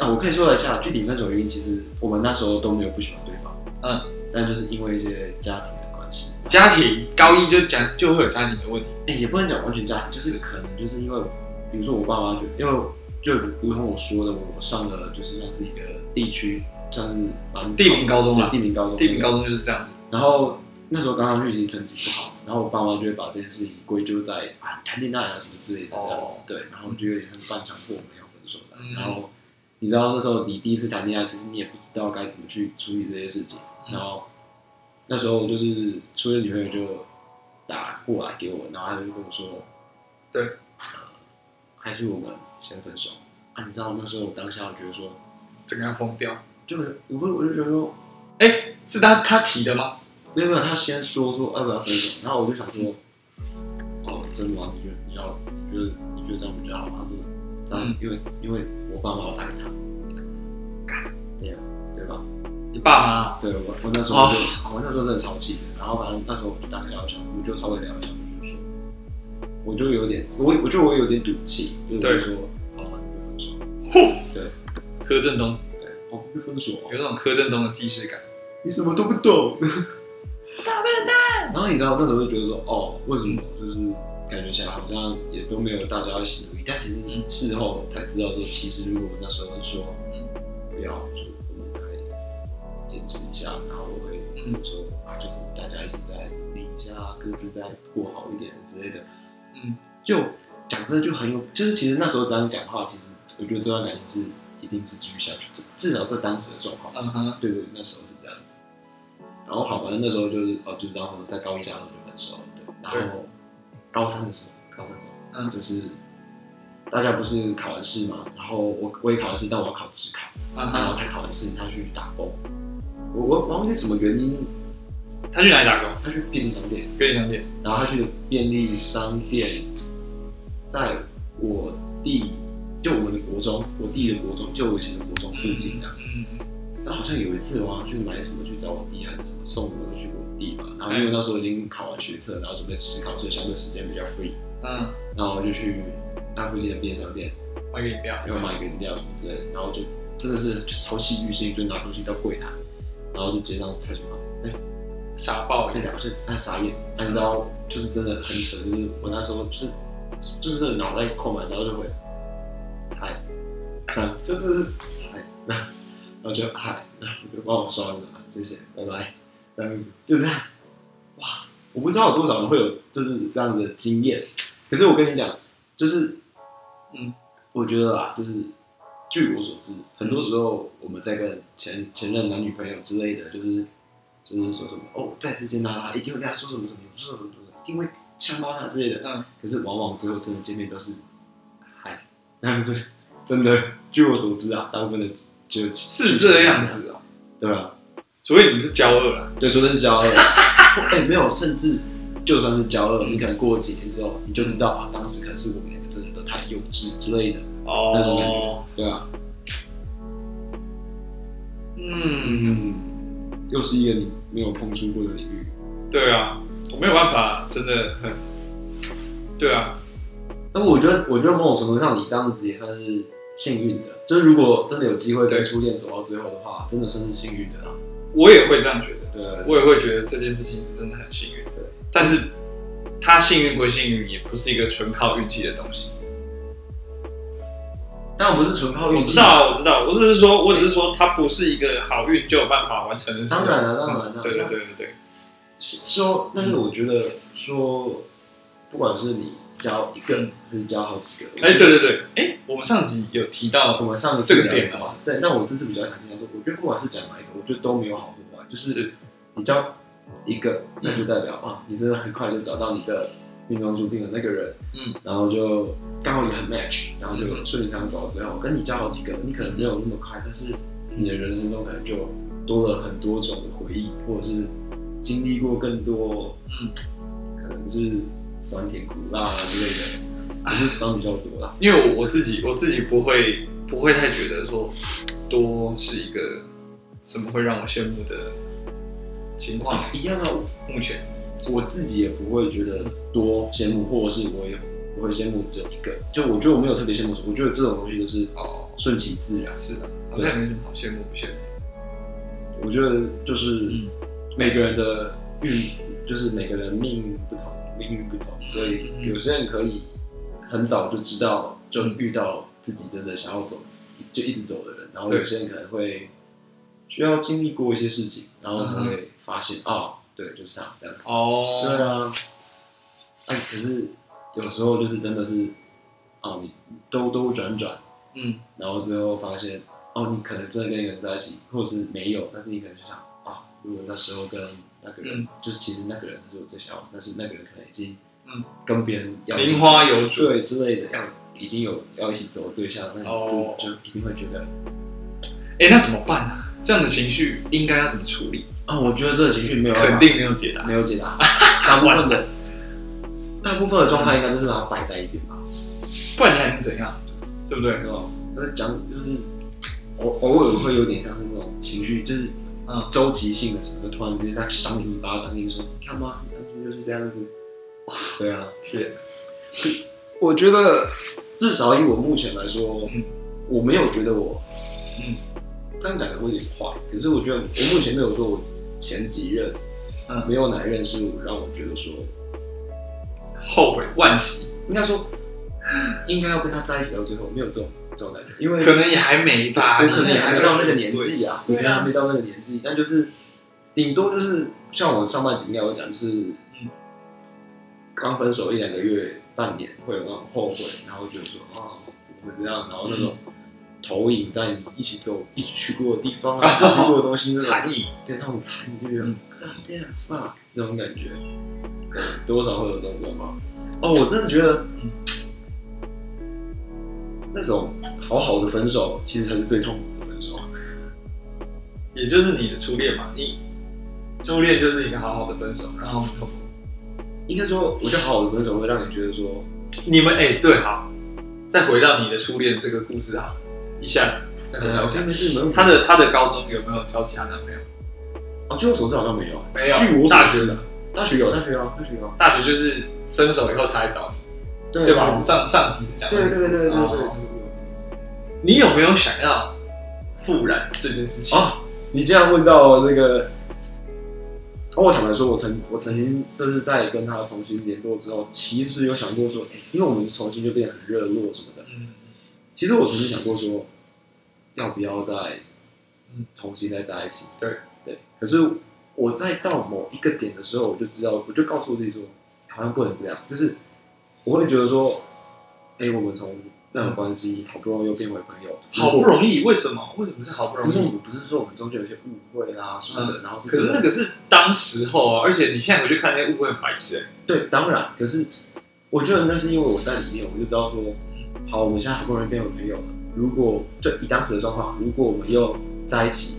Speaker 3: 啊，我可以说一下具体分手原因。其实我们那时候都没有不喜欢对方，
Speaker 1: 嗯，
Speaker 3: 但就是因为一些家庭的关系，
Speaker 1: 家庭高一就讲就会有家庭的问题，
Speaker 3: 哎、也不能讲完全家庭，就是可能就是因为，比如说我爸妈就因为就如同我说的，我上了就是算是一个地区，算是蛮
Speaker 1: 地名高中啦
Speaker 3: 对地名高中，
Speaker 1: 地名高。中就是这样子，
Speaker 3: 然后那时候刚上去，其实成绩不好，然后我爸妈就会把这件事情归咎在啊谈恋爱啊什么之类的这样子，
Speaker 1: 哦
Speaker 3: 对，然后就有点像是半强迫我们要分手这样。
Speaker 1: 嗯
Speaker 3: 然后你知道那时候你第一次谈恋爱，其实你也不知道该怎么去处理这些事情，
Speaker 1: 嗯
Speaker 3: 然后那时候就是初恋女朋友就打过来给我，然后她就跟我说，
Speaker 1: 对
Speaker 3: 呃，还是我们先分手啊！你知道那时候我当下我觉得说，
Speaker 1: 整个人疯掉。
Speaker 3: 就是我会我就觉得说。
Speaker 1: 哎、是他他提的吗？
Speaker 3: 没有没有，他先说说要不要分手，然后我就想说，哦，真的吗？你觉得你要你觉得你觉得这样比较好吗？他说这样
Speaker 1: 嗯，
Speaker 3: 因为因为我爸妈要打给他，对啊，哦对吧？
Speaker 1: 你爸妈？
Speaker 3: 对我我那时候就、我那时候真的超气的，然后反正那时候我就当下我想，我就稍微聊一下，我就说，我就有点我我觉得我有点赌气，就是
Speaker 1: 对
Speaker 3: 我就说，好吧，你就分手，
Speaker 1: 柯震东
Speaker 3: 对，哦，就分手、
Speaker 1: 有那种柯震东的既视感。
Speaker 3: 你什么都不懂，大笨蛋。然后你知道那时候就觉得说，哦，为什么就是感觉起来好像也都没有大家一起努力，但其实你事后才知道说，其实如果我那时候是说，嗯，不要，就我们再检视一下，然后我会
Speaker 1: 嗯
Speaker 3: 说，啊，就是大家一起再努力一下，各自再过好一点之类的，
Speaker 1: 嗯，
Speaker 3: 就讲真的就很有，就是其实那时候这样讲话，其实我觉得这段感情是一定是继续下去，至至少在当时的状况。
Speaker 1: 嗯哼，
Speaker 3: 对对，那时候是这样子。然后好，反正那时候就是哦，就是然后在高一下的时候就分手了，对。然后高三的时候，高三的时候，
Speaker 1: 嗯
Speaker 3: 就是大家不是考完试嘛，然后我我也考完试，但我要考职考，
Speaker 1: 嗯
Speaker 3: 然后
Speaker 1: 哼，
Speaker 3: 他考完试，他去打工。我我忘记什么原因，
Speaker 1: 他去哪里打工？
Speaker 3: 他去便利商店，
Speaker 1: 便利商店。
Speaker 3: 然后他去便利商店，在我弟就我们的国中，我弟的国中，就我以前的国中附近这样。
Speaker 1: 嗯
Speaker 3: 然后好像有一次我要去买什么去找我弟还是什么送我东西给我弟吧，然后因为那时候已经考完学测，然后准备职考，所以相对时间比较 free，
Speaker 1: 嗯，
Speaker 3: 然后我就去那附近的便利商店，
Speaker 1: 买个饮料。
Speaker 3: 然后买一个饮料什么之类的，然后就真的是超戏剧性，就拿东西到柜台，然后就结账开始买，
Speaker 1: 傻爆
Speaker 3: 那
Speaker 1: 眼。
Speaker 3: 两个就在傻眼，啊你知道就是真的很扯，就是我那时候就是就是真的脑袋空白，然后就会嗨，啊就是嗨，那然后就嗨，那就帮我刷着，谢谢，拜拜，这样子就这样。我不知道有多少人会有就是这样子的经验，可是我跟你讲，就是，
Speaker 1: 嗯，
Speaker 3: 我觉得啊，就是据我所知，很多时候我们在跟前前任男女朋友之类的，就是就是说什么哦，再次见到他，一定会跟他说什么什么，说什么什么，一定会呛到他之类的。
Speaker 1: 嗯
Speaker 3: 可是往往最后真的见面都是嗨，那样子，真的，据我所知啊，大部分的就是
Speaker 1: 这样，子哦、
Speaker 3: 对啊。
Speaker 1: 所以你们是交恶啦，
Speaker 3: 对，说的是骄傲。 哎、没有，甚至就算是骄傲，你可能过几天之后，你就知道啊，当时可能是我们两个真的都太幼稚之类的。那种感
Speaker 1: 哦
Speaker 3: 觉，对啊，
Speaker 1: 嗯，
Speaker 3: 嗯，又是一个你没有碰触过的领域。
Speaker 1: 对啊，我没有办法，真的很，对啊，
Speaker 3: 但我觉得，我觉得某种程度上，你这样子也算是幸运的。就是如果真的有机会跟
Speaker 1: 对
Speaker 3: 初恋走到最后的话，真的算是幸运的啦。
Speaker 1: 我也会这样觉得，
Speaker 3: 对，
Speaker 1: 我也会觉得这件事情是真的很幸运，
Speaker 3: 对，
Speaker 1: 但是它幸运归幸运，也不是一个纯靠运气的东西。
Speaker 3: 当然不是纯靠
Speaker 1: 我
Speaker 3: 运
Speaker 1: 知
Speaker 3: 气。
Speaker 1: 道啊，我知道，我只是说，我只是说，它不是一个好运就有办法完成的事。
Speaker 3: 当然了当然了当然了
Speaker 1: 对对对对对，
Speaker 3: 是说，但是我觉得说，不管是你交一个
Speaker 1: 嗯
Speaker 3: 还是交好几个，
Speaker 1: 哎，对对对，哎，我们上集有提
Speaker 3: 我
Speaker 1: 到，
Speaker 3: 们上次
Speaker 1: 这个啊
Speaker 3: 聊
Speaker 1: 点
Speaker 3: 的话，对，但我这次比较想听他说，我觉得不管是讲哪一个，我觉得都没有好或坏，就是
Speaker 1: 是嗯
Speaker 3: 你交一个，那就代表啊，你真的很快就找到你的命中注定的那个人，
Speaker 1: 嗯，
Speaker 3: 然后就刚好也很 match，然后就
Speaker 1: 嗯
Speaker 3: 顺理成章走到最后。跟你交好几个，你可能没有那么快，但是你的人生中可能就多了很多种的回忆，或者是经历过更多，
Speaker 1: 嗯，
Speaker 3: 可能是酸甜苦辣之类的，还是酸比较多啦。
Speaker 1: 因为我我自己我自己不会不会太觉得说多是一个什么会让我羡慕的情况。
Speaker 3: 一样啊，
Speaker 1: 目前，
Speaker 3: 我自己也不会觉得多羡慕，或者是我也不会羡慕只有一个。就我觉得我没有特别羡慕什么，我觉得这种东西就是
Speaker 1: 哦，
Speaker 3: 顺其自然。
Speaker 1: 是的，好像也没什么好羡慕不羡慕。
Speaker 3: 我觉得就是
Speaker 1: 嗯
Speaker 3: 每个人的运，就是每个人命运不同，命运不同，所
Speaker 1: 嗯
Speaker 3: 以有些人可以很早就知道，就
Speaker 1: 嗯
Speaker 3: 遇到自己真的想要走，就一直走的人。然后
Speaker 1: 对
Speaker 3: 有些人可能会需要经历过一些事情，然
Speaker 1: 嗯
Speaker 3: 后才会发现哦，对，就是他这样。
Speaker 1: 哦，
Speaker 3: 对啊，哎，可是有时候就是真的是，哦，你兜兜转转，
Speaker 1: 嗯，
Speaker 3: 然后最后发现，哦，你可能真的跟一个人在一起，或者是没有，但是你可能就想，啊，如果那时候跟那个人，
Speaker 1: 嗯
Speaker 3: 就是其实那个人是我最想要的，但是那个人可能已经，
Speaker 1: 嗯，
Speaker 3: 跟别人要
Speaker 1: 名花有主
Speaker 3: 对之类的，要已经有要一起走的对象，那你就、
Speaker 1: 哦
Speaker 3: 就一定会觉得，
Speaker 1: 哎，那怎么办啊？这样的情绪应该要怎么处理？
Speaker 3: 啊、我觉得这个情绪没有啊办法
Speaker 1: 肯定没有解答。
Speaker 3: 没有解答，大部分的大部分的状态应该就是把它摆在一边吧。
Speaker 1: 不然你还能怎样？对不对？
Speaker 3: 哦，那讲就是偶偶尔会有点像是那种情绪，就是呃
Speaker 1: 嗯
Speaker 3: 周期性的什么，就突然之间他赏你一巴掌，跟你说你看吗？你当初就是这样子。对啊，
Speaker 1: 天，
Speaker 3: 我觉得至少以我目前来说，
Speaker 1: 嗯
Speaker 3: 我没有觉得我，
Speaker 1: 嗯，
Speaker 3: 这样讲可能会有点坏，可是我觉得我目前没有说我前几任，
Speaker 1: 嗯
Speaker 3: 没有哪一任是让我觉得说，
Speaker 1: 后悔万喜，
Speaker 3: 应该说应该要跟他在一起到最后，没有这种这种感觉，因为
Speaker 1: 可能也还没吧，
Speaker 3: 我可能也还没到那个年
Speaker 1: 你可能还没岁。
Speaker 3: 纪啊，
Speaker 1: 对
Speaker 3: 对
Speaker 1: 啊
Speaker 3: 啊，还没到那个年纪，但就是顶多就是像我上半集应该有讲，就是刚分手一两个月、半年会有那种后悔，然后觉得说啊怎么会这样，然后那种投影在你一起走、一起去过的地方 啊、吃过的东西那种，
Speaker 1: 残意，
Speaker 3: 对那种惨就觉得
Speaker 1: 嗯
Speaker 3: 这样 fuck 那种感觉，对，多少会有这种状况。哦，我真的觉得
Speaker 1: 嗯
Speaker 3: 那种好好的分手，其实才是最痛苦的分手。
Speaker 1: 也就是你的初恋嘛。你初恋就是一个好好的分手，然后
Speaker 3: 应该说，我觉得好好的分手会让你觉得说，
Speaker 1: 你们哎、对，好，再回到你的初恋这个故事哈，一下子再回
Speaker 3: 呃，
Speaker 1: 到
Speaker 3: 好
Speaker 1: 一下
Speaker 3: 像没事，没问题
Speaker 1: 她的她的高中有没有交其他男朋友？
Speaker 3: 哦，据我所知好像没有，
Speaker 1: 没有，
Speaker 3: 据我所
Speaker 1: 大学
Speaker 3: 知
Speaker 1: 的，
Speaker 3: 大学有，大学有，大学有，
Speaker 1: 大学就是分手以后才来找你，
Speaker 3: 对
Speaker 1: 对吧？我们上上集是讲到
Speaker 3: 对
Speaker 1: 这
Speaker 3: 对
Speaker 1: 个
Speaker 3: 对对对对
Speaker 1: 故事
Speaker 3: 对
Speaker 1: 哦。你有没有想要复燃这件事情？
Speaker 3: 哦，你竟然问到这个，哦，我坦白说，我曾我曾经就是在跟他重新联络之后，其实有想过说，哎、因为我们重新就变得很热络什么的，
Speaker 1: 嗯，
Speaker 3: 其实我曾经想过说，要不要再
Speaker 1: 嗯
Speaker 3: 重新再在一起？
Speaker 1: 对
Speaker 3: 对，可是我在到某一个点的时候，我就知道，我就告诉我自己说，好像不能这样，就是我会觉得说，哎、我们从那种关系好不容易又变为朋友，
Speaker 1: 好不容易，为什么？为什么是好不
Speaker 3: 易，
Speaker 1: 容
Speaker 3: 可是我
Speaker 1: 易？
Speaker 3: 们不是说我们中间有一些误会啦什么的，然后是
Speaker 1: 嗯可是
Speaker 3: 真的
Speaker 1: 那个是当时候啊，而且你现在回去看那些误会很白痴、欸，
Speaker 3: 对，当然，可是我觉得那是因为我在里面，我就知道说，好，我们现在好不容易变为朋友了。如果就以当时的状况，如果我们又在一起，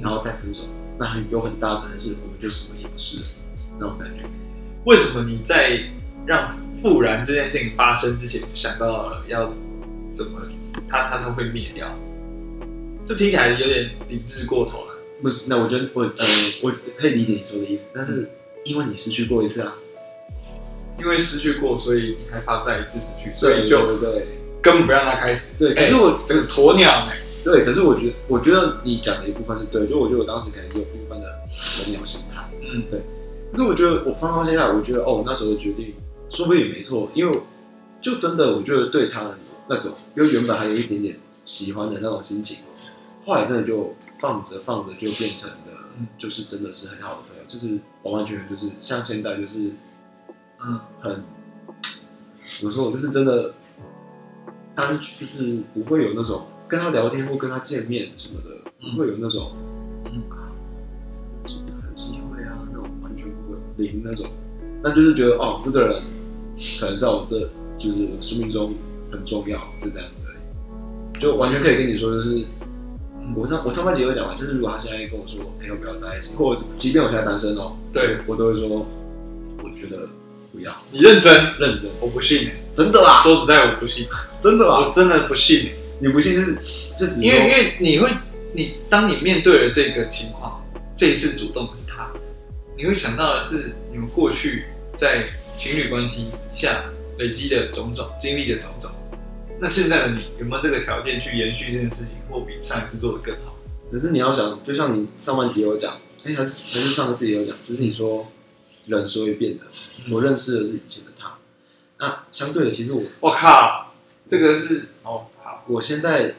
Speaker 3: 然后再分手，那很有很大可能是我们就什么也不是了那种感觉。
Speaker 1: 为什么你在让复燃这件事情发生之前就想到了要怎么它它它会灭掉？这听起来有点理智过头了。
Speaker 3: 不是，那我觉得我呃，我可以理解你说的意思，但是因为你失去过一次啊，
Speaker 1: 因为失去过，所以你害怕再一次失去，所以就
Speaker 3: 对对
Speaker 1: 根本不让它开始。
Speaker 3: 对。可
Speaker 1: 哎
Speaker 3: 是我
Speaker 1: 整个鸵鸟、欸，
Speaker 3: 对，可是我觉得，我觉得你讲的一部分是对，就我觉得我当时可能有部分的鸵鸟心态，
Speaker 1: 嗯，
Speaker 3: 对。可是我觉得我放到现在，我觉得哦，我那时候的决定说不定也没错，因为就真的我觉得对他那种，因为原本还有一点点喜欢的那种心情，后来真的就放着放着就变成了，
Speaker 1: 嗯
Speaker 3: 就是真的是很好的朋友，就是完完全全就是像现在就是
Speaker 1: 嗯，
Speaker 3: 很怎么说，我就是真的单就是不会有那种跟他聊天或跟他见面什么的，
Speaker 1: 嗯
Speaker 3: 不会有那种
Speaker 1: 嗯
Speaker 3: 啊，就是很机会啊那种完全不会零那种，那就是觉得哦，这个人可能在我这就是我生命中很重要，就这样子而已，就完全可以跟你说就是。
Speaker 1: 嗯
Speaker 3: 我上我上半节有讲完，就是如果他现在跟我说，哎、要不要在一起，或者是即便我现在单身哦，
Speaker 1: 对
Speaker 3: 我都会说，我觉得不要，
Speaker 1: 你认真，
Speaker 3: 认真，
Speaker 1: 我不信、欸。
Speaker 3: 真的啦，
Speaker 1: 说实在，我不信，
Speaker 3: 真的啊啦，
Speaker 1: 我真的不信、欸，
Speaker 3: 你不信是哦是指
Speaker 1: 因为因为你会，你当你面对了这个情况，这一次主动不是他，你会想到的是你们过去在情侣关系下累积的种种、经历的种种。那现在的你有没有这个条件去延续这件事情，或比上一次做的更好？
Speaker 3: 可是你要想，就像你上半集有讲，哎、还是还是上个次也有讲，就是你说人是会变的，
Speaker 1: 嗯
Speaker 3: 我认识的是以前的他，那相对的，其实我
Speaker 1: 我靠，这个是哦，好，
Speaker 3: 我现在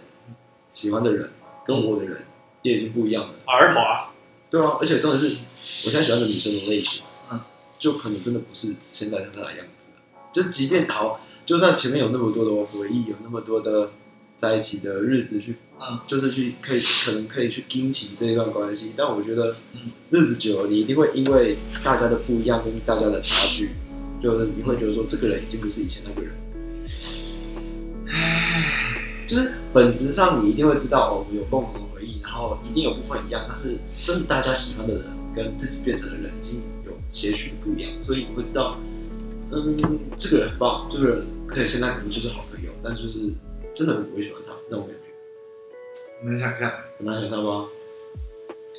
Speaker 3: 喜欢的人跟我的人也已经不一样了，
Speaker 1: 儿华，
Speaker 3: 对啊，而且重点是，我现在喜欢的女生的类型，
Speaker 1: 嗯，
Speaker 3: 就可能真的不是现在的那样子了，就是即便好，就算前面有那么多的回忆，有那么多的在一起的日子去，
Speaker 1: 嗯，
Speaker 3: 就是去可以可能可以去经起这一段关系，但我觉得
Speaker 1: 嗯，
Speaker 3: 日子久了，你一定会因为大家的不一样跟大家的差距，就是你会觉得说这个人已经不是以前那个人，就是本质上你一定会知道哦，我们有共同的回忆，然后一定有部分一样，但是真的大家喜欢的人跟自己变成的人已经有些许不一样，所以你会知道，嗯，这个人很棒，这个人可能现在可能就是好朋友，但就是真的我不会喜欢他那种感觉，
Speaker 1: 能想象？
Speaker 3: 很难想象吧？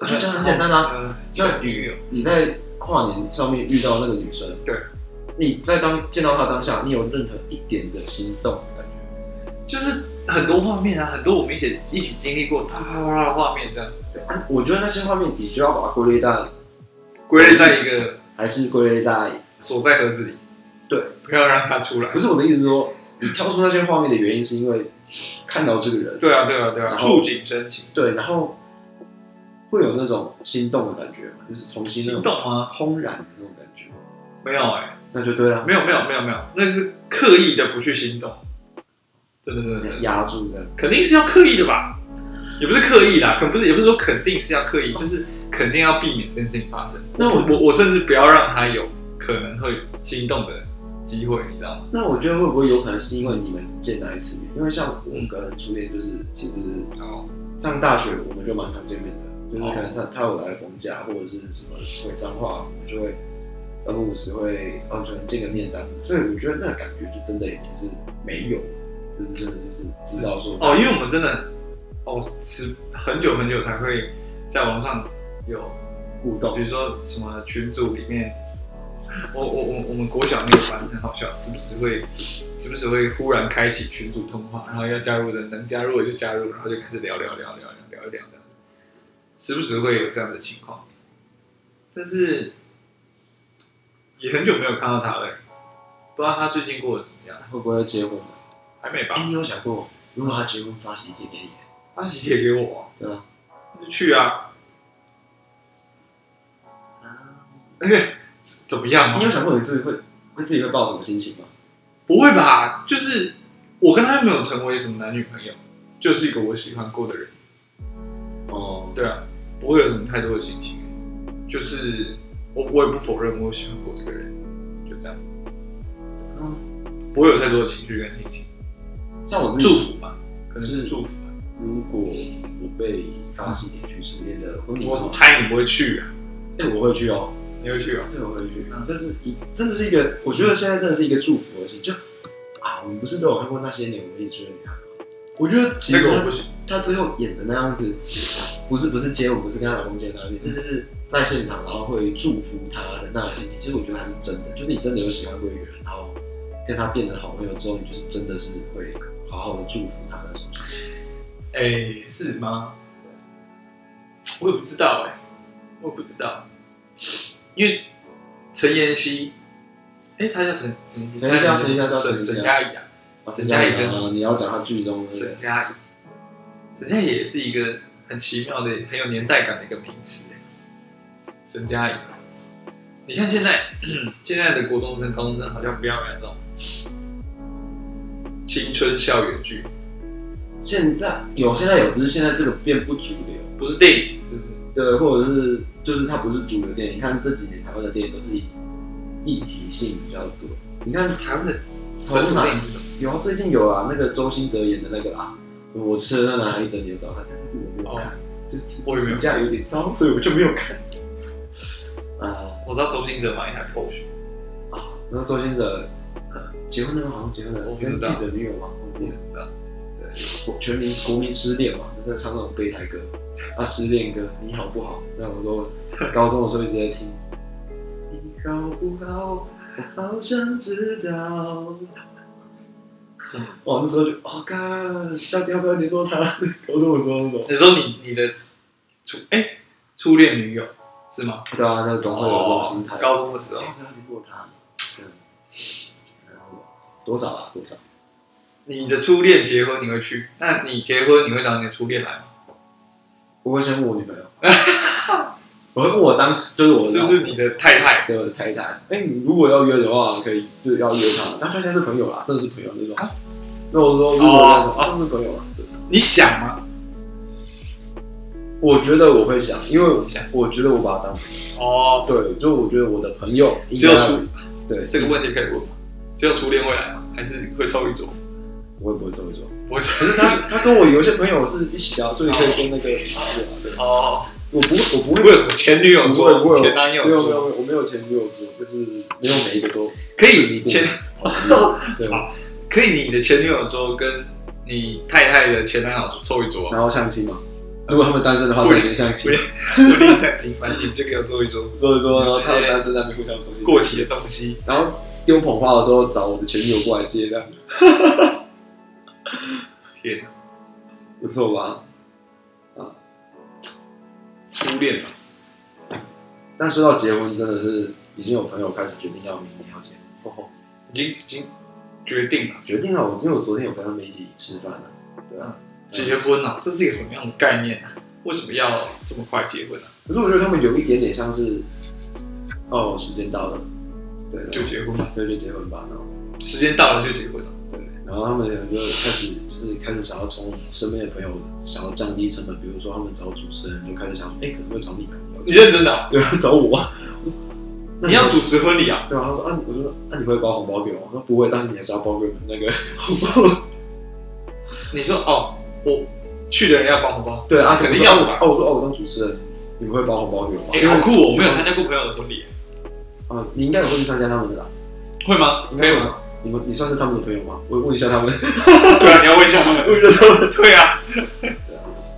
Speaker 3: 我就讲很简单啊，
Speaker 1: 呃，
Speaker 3: 那
Speaker 1: 那女友，
Speaker 3: 你在跨年上面遇到那个女生，
Speaker 1: 对，
Speaker 3: 你在当见到她当下，你有任何一点的心动的感觉？
Speaker 1: 就是很多画面啊，很多我们一起一起经历过啪啪啪啪的画面，这样子
Speaker 3: 啊我觉得那些画面，你就要把它归类在，
Speaker 1: 归类在一个
Speaker 3: 还是归类在
Speaker 1: 锁在盒子里，
Speaker 3: 对，
Speaker 1: 不要让它出来
Speaker 3: 不。是我的意思是说，你挑出那些画面的原因是因为看到这个人，
Speaker 1: 对啊，对啊，对啊，
Speaker 3: 然后
Speaker 1: 触景生情，
Speaker 3: 对，然后会有那种心动的感觉嘛，就是重新那
Speaker 1: 心
Speaker 3: 种
Speaker 1: 动吗？
Speaker 3: 轰然的那种感觉，
Speaker 1: 没有哎、
Speaker 3: 那就对了，
Speaker 1: 没有没有没有没有，那是刻意的不去心动。对对对对，对
Speaker 3: 压住这样，
Speaker 1: 肯定是要刻意的吧？也不是刻意啦，可不是也不是说肯定是要刻意，就是肯定要避免这件事情发生。
Speaker 3: 那我
Speaker 1: 我我甚至不要让他有可能会心动的机会，你知道吗？
Speaker 3: 那我觉得会不会有可能是因为你们只见那一次面？因为像我跟初恋就是，其实
Speaker 1: 哦，
Speaker 3: 上大学我们就蛮常见面的，就是可能他他有来逢甲或者是什么回彰化，我们就会三不五时会哦，可能见个面这样。所以我觉得那个感觉就真的也不是没有，就是真的就是知道说
Speaker 1: 哦，因为我们真的哦，是很久很久才会在网上有
Speaker 3: 互
Speaker 1: 比
Speaker 3: 动，
Speaker 1: 如说什么群组里面，我我我我们国小那个班很好笑，时不时会时不时会忽然开启群组通话，然后要加入的能加入的就加入，然后就开始聊聊聊聊聊聊一聊这样子，时不时会有这样的情况，但是也很久没有看到他了、不知道他最近过得怎么样，
Speaker 3: 会不会要结婚呢？
Speaker 1: 还没
Speaker 3: 哎、
Speaker 1: 吧？
Speaker 3: 你有想过如果他结婚发喜帖给你，
Speaker 1: 啊
Speaker 3: 啊
Speaker 1: 他喜帖给我，
Speaker 3: 对吧？
Speaker 1: 那就去啊，而且哎怎么样嘛
Speaker 3: 你有？想过你自己会，会自己会抱什么心情吗？
Speaker 1: 不会吧？就是我跟他没有成为什么男女朋友，就是一个我喜欢过的人。
Speaker 3: 哦，
Speaker 1: 对啊，不会有什么太多的心情，就是我我也不否认我喜欢过这个人，就这样。
Speaker 3: 嗯
Speaker 1: 不会有太多的情绪跟心情，
Speaker 3: 像我自己
Speaker 1: 祝福吧，可能是祝福
Speaker 3: 嗯
Speaker 1: 吧。
Speaker 3: 如果我被发起点去书店的婚礼，
Speaker 1: 我是猜你不会去啊，
Speaker 3: 哎、我会去哦，
Speaker 1: 你会去啊？
Speaker 3: 对，我会去
Speaker 1: 嗯。
Speaker 3: 这是一，真的是一个，我觉得现在真的是一个祝福的事情。就啊，我们不是都有看过那些年我们一直追的女孩吗？我觉得其
Speaker 1: 那
Speaker 3: 实
Speaker 1: 个我
Speaker 3: 他
Speaker 1: 不行，
Speaker 3: 他最后演的那样子，不是不是接吻，不是跟她老公接吻，你这就是在现场，然后会祝福她的那个心情。其实我觉得还是真的，就是你真的有喜欢过一个人，然后跟他变成好朋友之后，你就是真的是会好好的祝福他那种。
Speaker 1: 哎、是吗？我也不知道哎、我也不知道，因为陈妍希，哎、她叫陈陈妍希，
Speaker 3: 陈妍希啊陈妍希啊叫
Speaker 1: 沈
Speaker 3: 陈妍希啊
Speaker 1: 沈佳宜啊，陈
Speaker 3: 嘉
Speaker 1: 嘉
Speaker 3: 怡
Speaker 1: 怡跟什么
Speaker 3: 啊你要讲他剧中的
Speaker 1: 沈佳宜，沈佳宜也是一个很奇妙的、很有年代感的一个名词。欸沈佳宜，你看现在 现在的国中生、高中生好像不要买那种青春校园剧，
Speaker 3: 现在有，现在有，只是现在这个变不主流。
Speaker 1: 不是电影，是不是？
Speaker 3: 对，或者是就是它不是主流电影。你看这几年台湾的电影都是以议题性比较多。你看
Speaker 1: 台湾的本
Speaker 3: 本
Speaker 1: 土电
Speaker 3: 土电
Speaker 1: 影
Speaker 3: 影
Speaker 1: 是什么？
Speaker 3: 有啊，最近有啊，那个周星哲演的那个啊，什么我吃了那男孩一整年早餐，但是我没有看，就是听
Speaker 1: 我也没有
Speaker 3: 评价有点糟，所以我就没有看。啊
Speaker 1: 我知道周星哲买一台 Porsche，
Speaker 3: 啊，然后周星哲、呃、结婚了吗？好像结婚了，
Speaker 1: 我不知
Speaker 3: 跟
Speaker 1: 道
Speaker 3: 记者女友嘛，我
Speaker 1: 我
Speaker 3: 记
Speaker 1: 不
Speaker 3: 得
Speaker 1: 知道。
Speaker 3: 国全民国民失恋嘛，那唱那种备胎歌，啊失恋歌，你好不好？那我说高中的时候一直在听，你好不好？我好想知道。哦，那时候就哦，看到底要不要联络他？高中的时候那种，
Speaker 1: 那时候你你的初哎、初恋女友是吗？
Speaker 3: 对啊，那总会有这种心态。
Speaker 1: 哦高中的时
Speaker 3: 要
Speaker 1: 候，
Speaker 3: 不要联络他？嗯，然后多少啊？多少？
Speaker 1: 你的初恋结婚你会去？那你结婚你会找你的初恋来吗？
Speaker 3: 我会先问我女朋友， 我会问我当时就是我的
Speaker 1: 就
Speaker 3: 老婆
Speaker 1: 是你的太太
Speaker 3: 的太太。哎、你如果要约的话，可以就要约她，但她现在是朋友啦，真的是朋友那种。
Speaker 1: 啊
Speaker 3: 那我说，如果
Speaker 1: 哦
Speaker 3: 要是朋友啦，啊对
Speaker 1: 你想吗？
Speaker 3: 我觉得我会想，因为我
Speaker 1: 想
Speaker 3: 我觉得我把她当朋
Speaker 1: 哦，
Speaker 3: 友，对，就我觉得我的朋友应该
Speaker 1: 只有初
Speaker 3: 对
Speaker 1: 这个问题可以问吗？只有初恋会来吗？还是会抽一桌？
Speaker 3: 我也不会这么说。
Speaker 1: 不会抽
Speaker 3: 可是 她她跟我有一些朋友是一起的啊，所以可以跟那个一起啊，对，
Speaker 1: 哦，
Speaker 3: 我不会我不
Speaker 1: 不
Speaker 3: 会
Speaker 1: 会有什么前女友
Speaker 3: 我不
Speaker 1: 桌、
Speaker 3: 会
Speaker 1: 前男
Speaker 3: 没
Speaker 1: 友
Speaker 3: 有没有
Speaker 1: 桌，
Speaker 3: 没有我没有前女友做，就是没有每一个都
Speaker 1: 可以前
Speaker 3: 都对。
Speaker 1: 哎好可以你的前女友桌跟你太太的前男友桌抽一桌啊，
Speaker 3: 然后相亲嘛，如果他们单身的话，
Speaker 1: 不
Speaker 3: 在里面相亲
Speaker 1: 不。我理想情，反正你们就给我做一桌
Speaker 3: 所以说，然后他们单身在那边互相抽
Speaker 1: 过期的东西。
Speaker 3: 然后丢捧花的时候找我的前女友过来接，这样
Speaker 1: 天啊，
Speaker 3: 不错吧？
Speaker 1: 初恋嘛，
Speaker 3: 但说到结婚，真的是已经有朋友开始决定要明年要结婚，哦吼
Speaker 1: 已经已经决定了
Speaker 3: 决定了。我因为我昨天有跟他们一起吃饭了，对啊。
Speaker 1: 结婚啊，这是一个什么样的概念啊？为什么要这么快结婚啊？
Speaker 3: 可是我觉得他们有一点点像是，哦，时间到了，对，然后
Speaker 1: 就结婚吧，
Speaker 3: 对，就结婚吧，然后
Speaker 1: 时间到了就结婚了。
Speaker 3: 对，然后他们就开始就是开始想要从身边的朋友想要降低成本，比如说他们找主持人，就开始想，哎，可能会找你朋友，
Speaker 1: 你认真的啊、
Speaker 3: 对啊，找我啊，那
Speaker 1: 你要主持婚礼啊？
Speaker 3: 对啊，他说啊，我就说那、啊、你会包红包给我？我说不会，但是你还是要包给我们 那个红包。
Speaker 1: 你说哦，我去的人要包红包，
Speaker 3: 对啊，
Speaker 1: 肯定要
Speaker 3: 我说
Speaker 1: 吧
Speaker 3: 哦，我说哦，我当主持人，你们会包红包给我吗？
Speaker 1: 哎、好酷哦！我没有参加过朋友的婚礼，
Speaker 3: 啊，你应该有会去参加他们的啦，
Speaker 1: 会吗？
Speaker 3: 应
Speaker 1: 可
Speaker 3: 该
Speaker 1: 以
Speaker 3: 有
Speaker 1: 吗？
Speaker 3: 吧？你们你算是他们的朋友吗？我问一下他们，
Speaker 1: 对啊，你要问一下他 们。
Speaker 3: 问一下他们
Speaker 1: 对啊，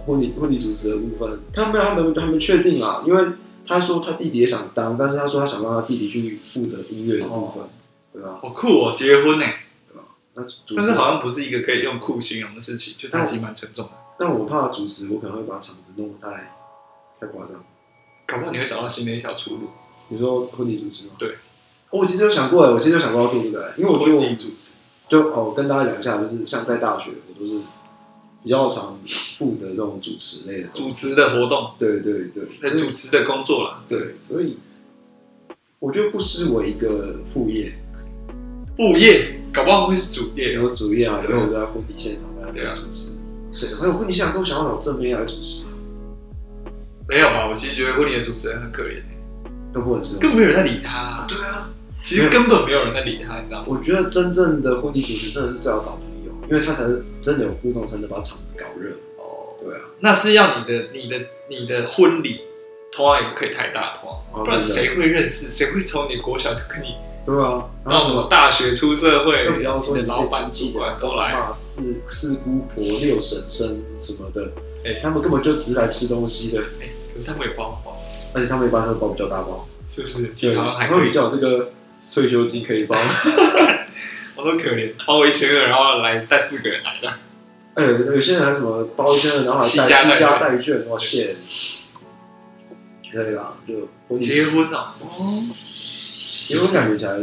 Speaker 3: 婚礼婚礼主持的部分，他们他们他们确定啊，因为他说他弟弟也想当，但是他说他想让他弟弟去负责音乐的部
Speaker 1: 哦
Speaker 3: 分，对吧？
Speaker 1: 好酷哦，结婚呢、
Speaker 3: 那主持
Speaker 1: 但是好像不是一个可以用酷形容的事情，就它其实蛮沉重的。
Speaker 3: 但我怕主持，我可能会把场子弄得太太夸张。
Speaker 1: 搞不好你会找到新的一条出路。
Speaker 3: 你说婚礼主持吗？
Speaker 1: 对
Speaker 3: 哦，我其实有想过哎，我其实有想过要做这个哎，因为我觉得
Speaker 1: 婚
Speaker 3: 我
Speaker 1: 礼主持，
Speaker 3: 就哦，跟大家讲一下，就是像在大学，我都是比较常负责这种主持类的东西
Speaker 1: 主持的活动，
Speaker 3: 对对对，
Speaker 1: 呃，主持的工作啦。
Speaker 3: 对，所以我觉得不失为一个副业，
Speaker 1: 副业，搞不好会是主业。
Speaker 3: 有主业啊，
Speaker 1: 对
Speaker 3: 有我在婚礼现场在
Speaker 1: 对啊
Speaker 3: 主持，谁会有婚礼现场都想要找正妹来主持啊，
Speaker 1: 没有啊，我其实觉得婚礼的主持人很可怜，
Speaker 3: 都不能是。
Speaker 1: 根本没有人在理他啊。
Speaker 3: 对啊，
Speaker 1: 其实根本没有人在理他，你知道吗？
Speaker 3: 我觉得真正的婚礼主持真的是最好找朋友，因为他才是真的有互动，才能把场子搞热。
Speaker 1: 哦，
Speaker 3: 对啊，
Speaker 1: 那是要你的、你的、你的婚礼，通常也不可以太大通
Speaker 3: 哦
Speaker 1: 常，不然
Speaker 3: 真的
Speaker 1: 谁会认识？谁会从你国小就跟你
Speaker 3: 对啊，然
Speaker 1: 到
Speaker 3: 后
Speaker 1: 什
Speaker 3: 什
Speaker 1: 么
Speaker 3: 么？
Speaker 1: 大学出社会，
Speaker 3: 更不要说
Speaker 1: 你
Speaker 3: 你
Speaker 1: 的
Speaker 3: 这
Speaker 1: 老
Speaker 3: 些
Speaker 1: 板、
Speaker 3: 亲
Speaker 1: 主
Speaker 3: 戚
Speaker 1: 管
Speaker 3: 啊，
Speaker 1: 都来，
Speaker 3: 妈四四姑婆、六婶婶什么的，
Speaker 1: 哎
Speaker 3: 他们根本就只是来吃东西的，
Speaker 1: 可是他们有包包，
Speaker 3: 而且他们一般都包比较大包，
Speaker 1: 是不是？其
Speaker 3: 对
Speaker 1: 实好像还
Speaker 3: 他
Speaker 1: 可
Speaker 3: 们比
Speaker 1: 以，
Speaker 3: 较有这个退休金可以包。
Speaker 1: 我都可怜，包我一千二，然后来带四个人来的，
Speaker 3: 哎，有些人还什么包一圈的，然后还带
Speaker 1: 西
Speaker 3: 西
Speaker 1: 家带
Speaker 3: 家
Speaker 1: 券
Speaker 3: 带券，哇塞！对啊，就婚
Speaker 1: 结
Speaker 3: 礼
Speaker 1: 婚哦，哦，
Speaker 3: 嗯结婚感觉起来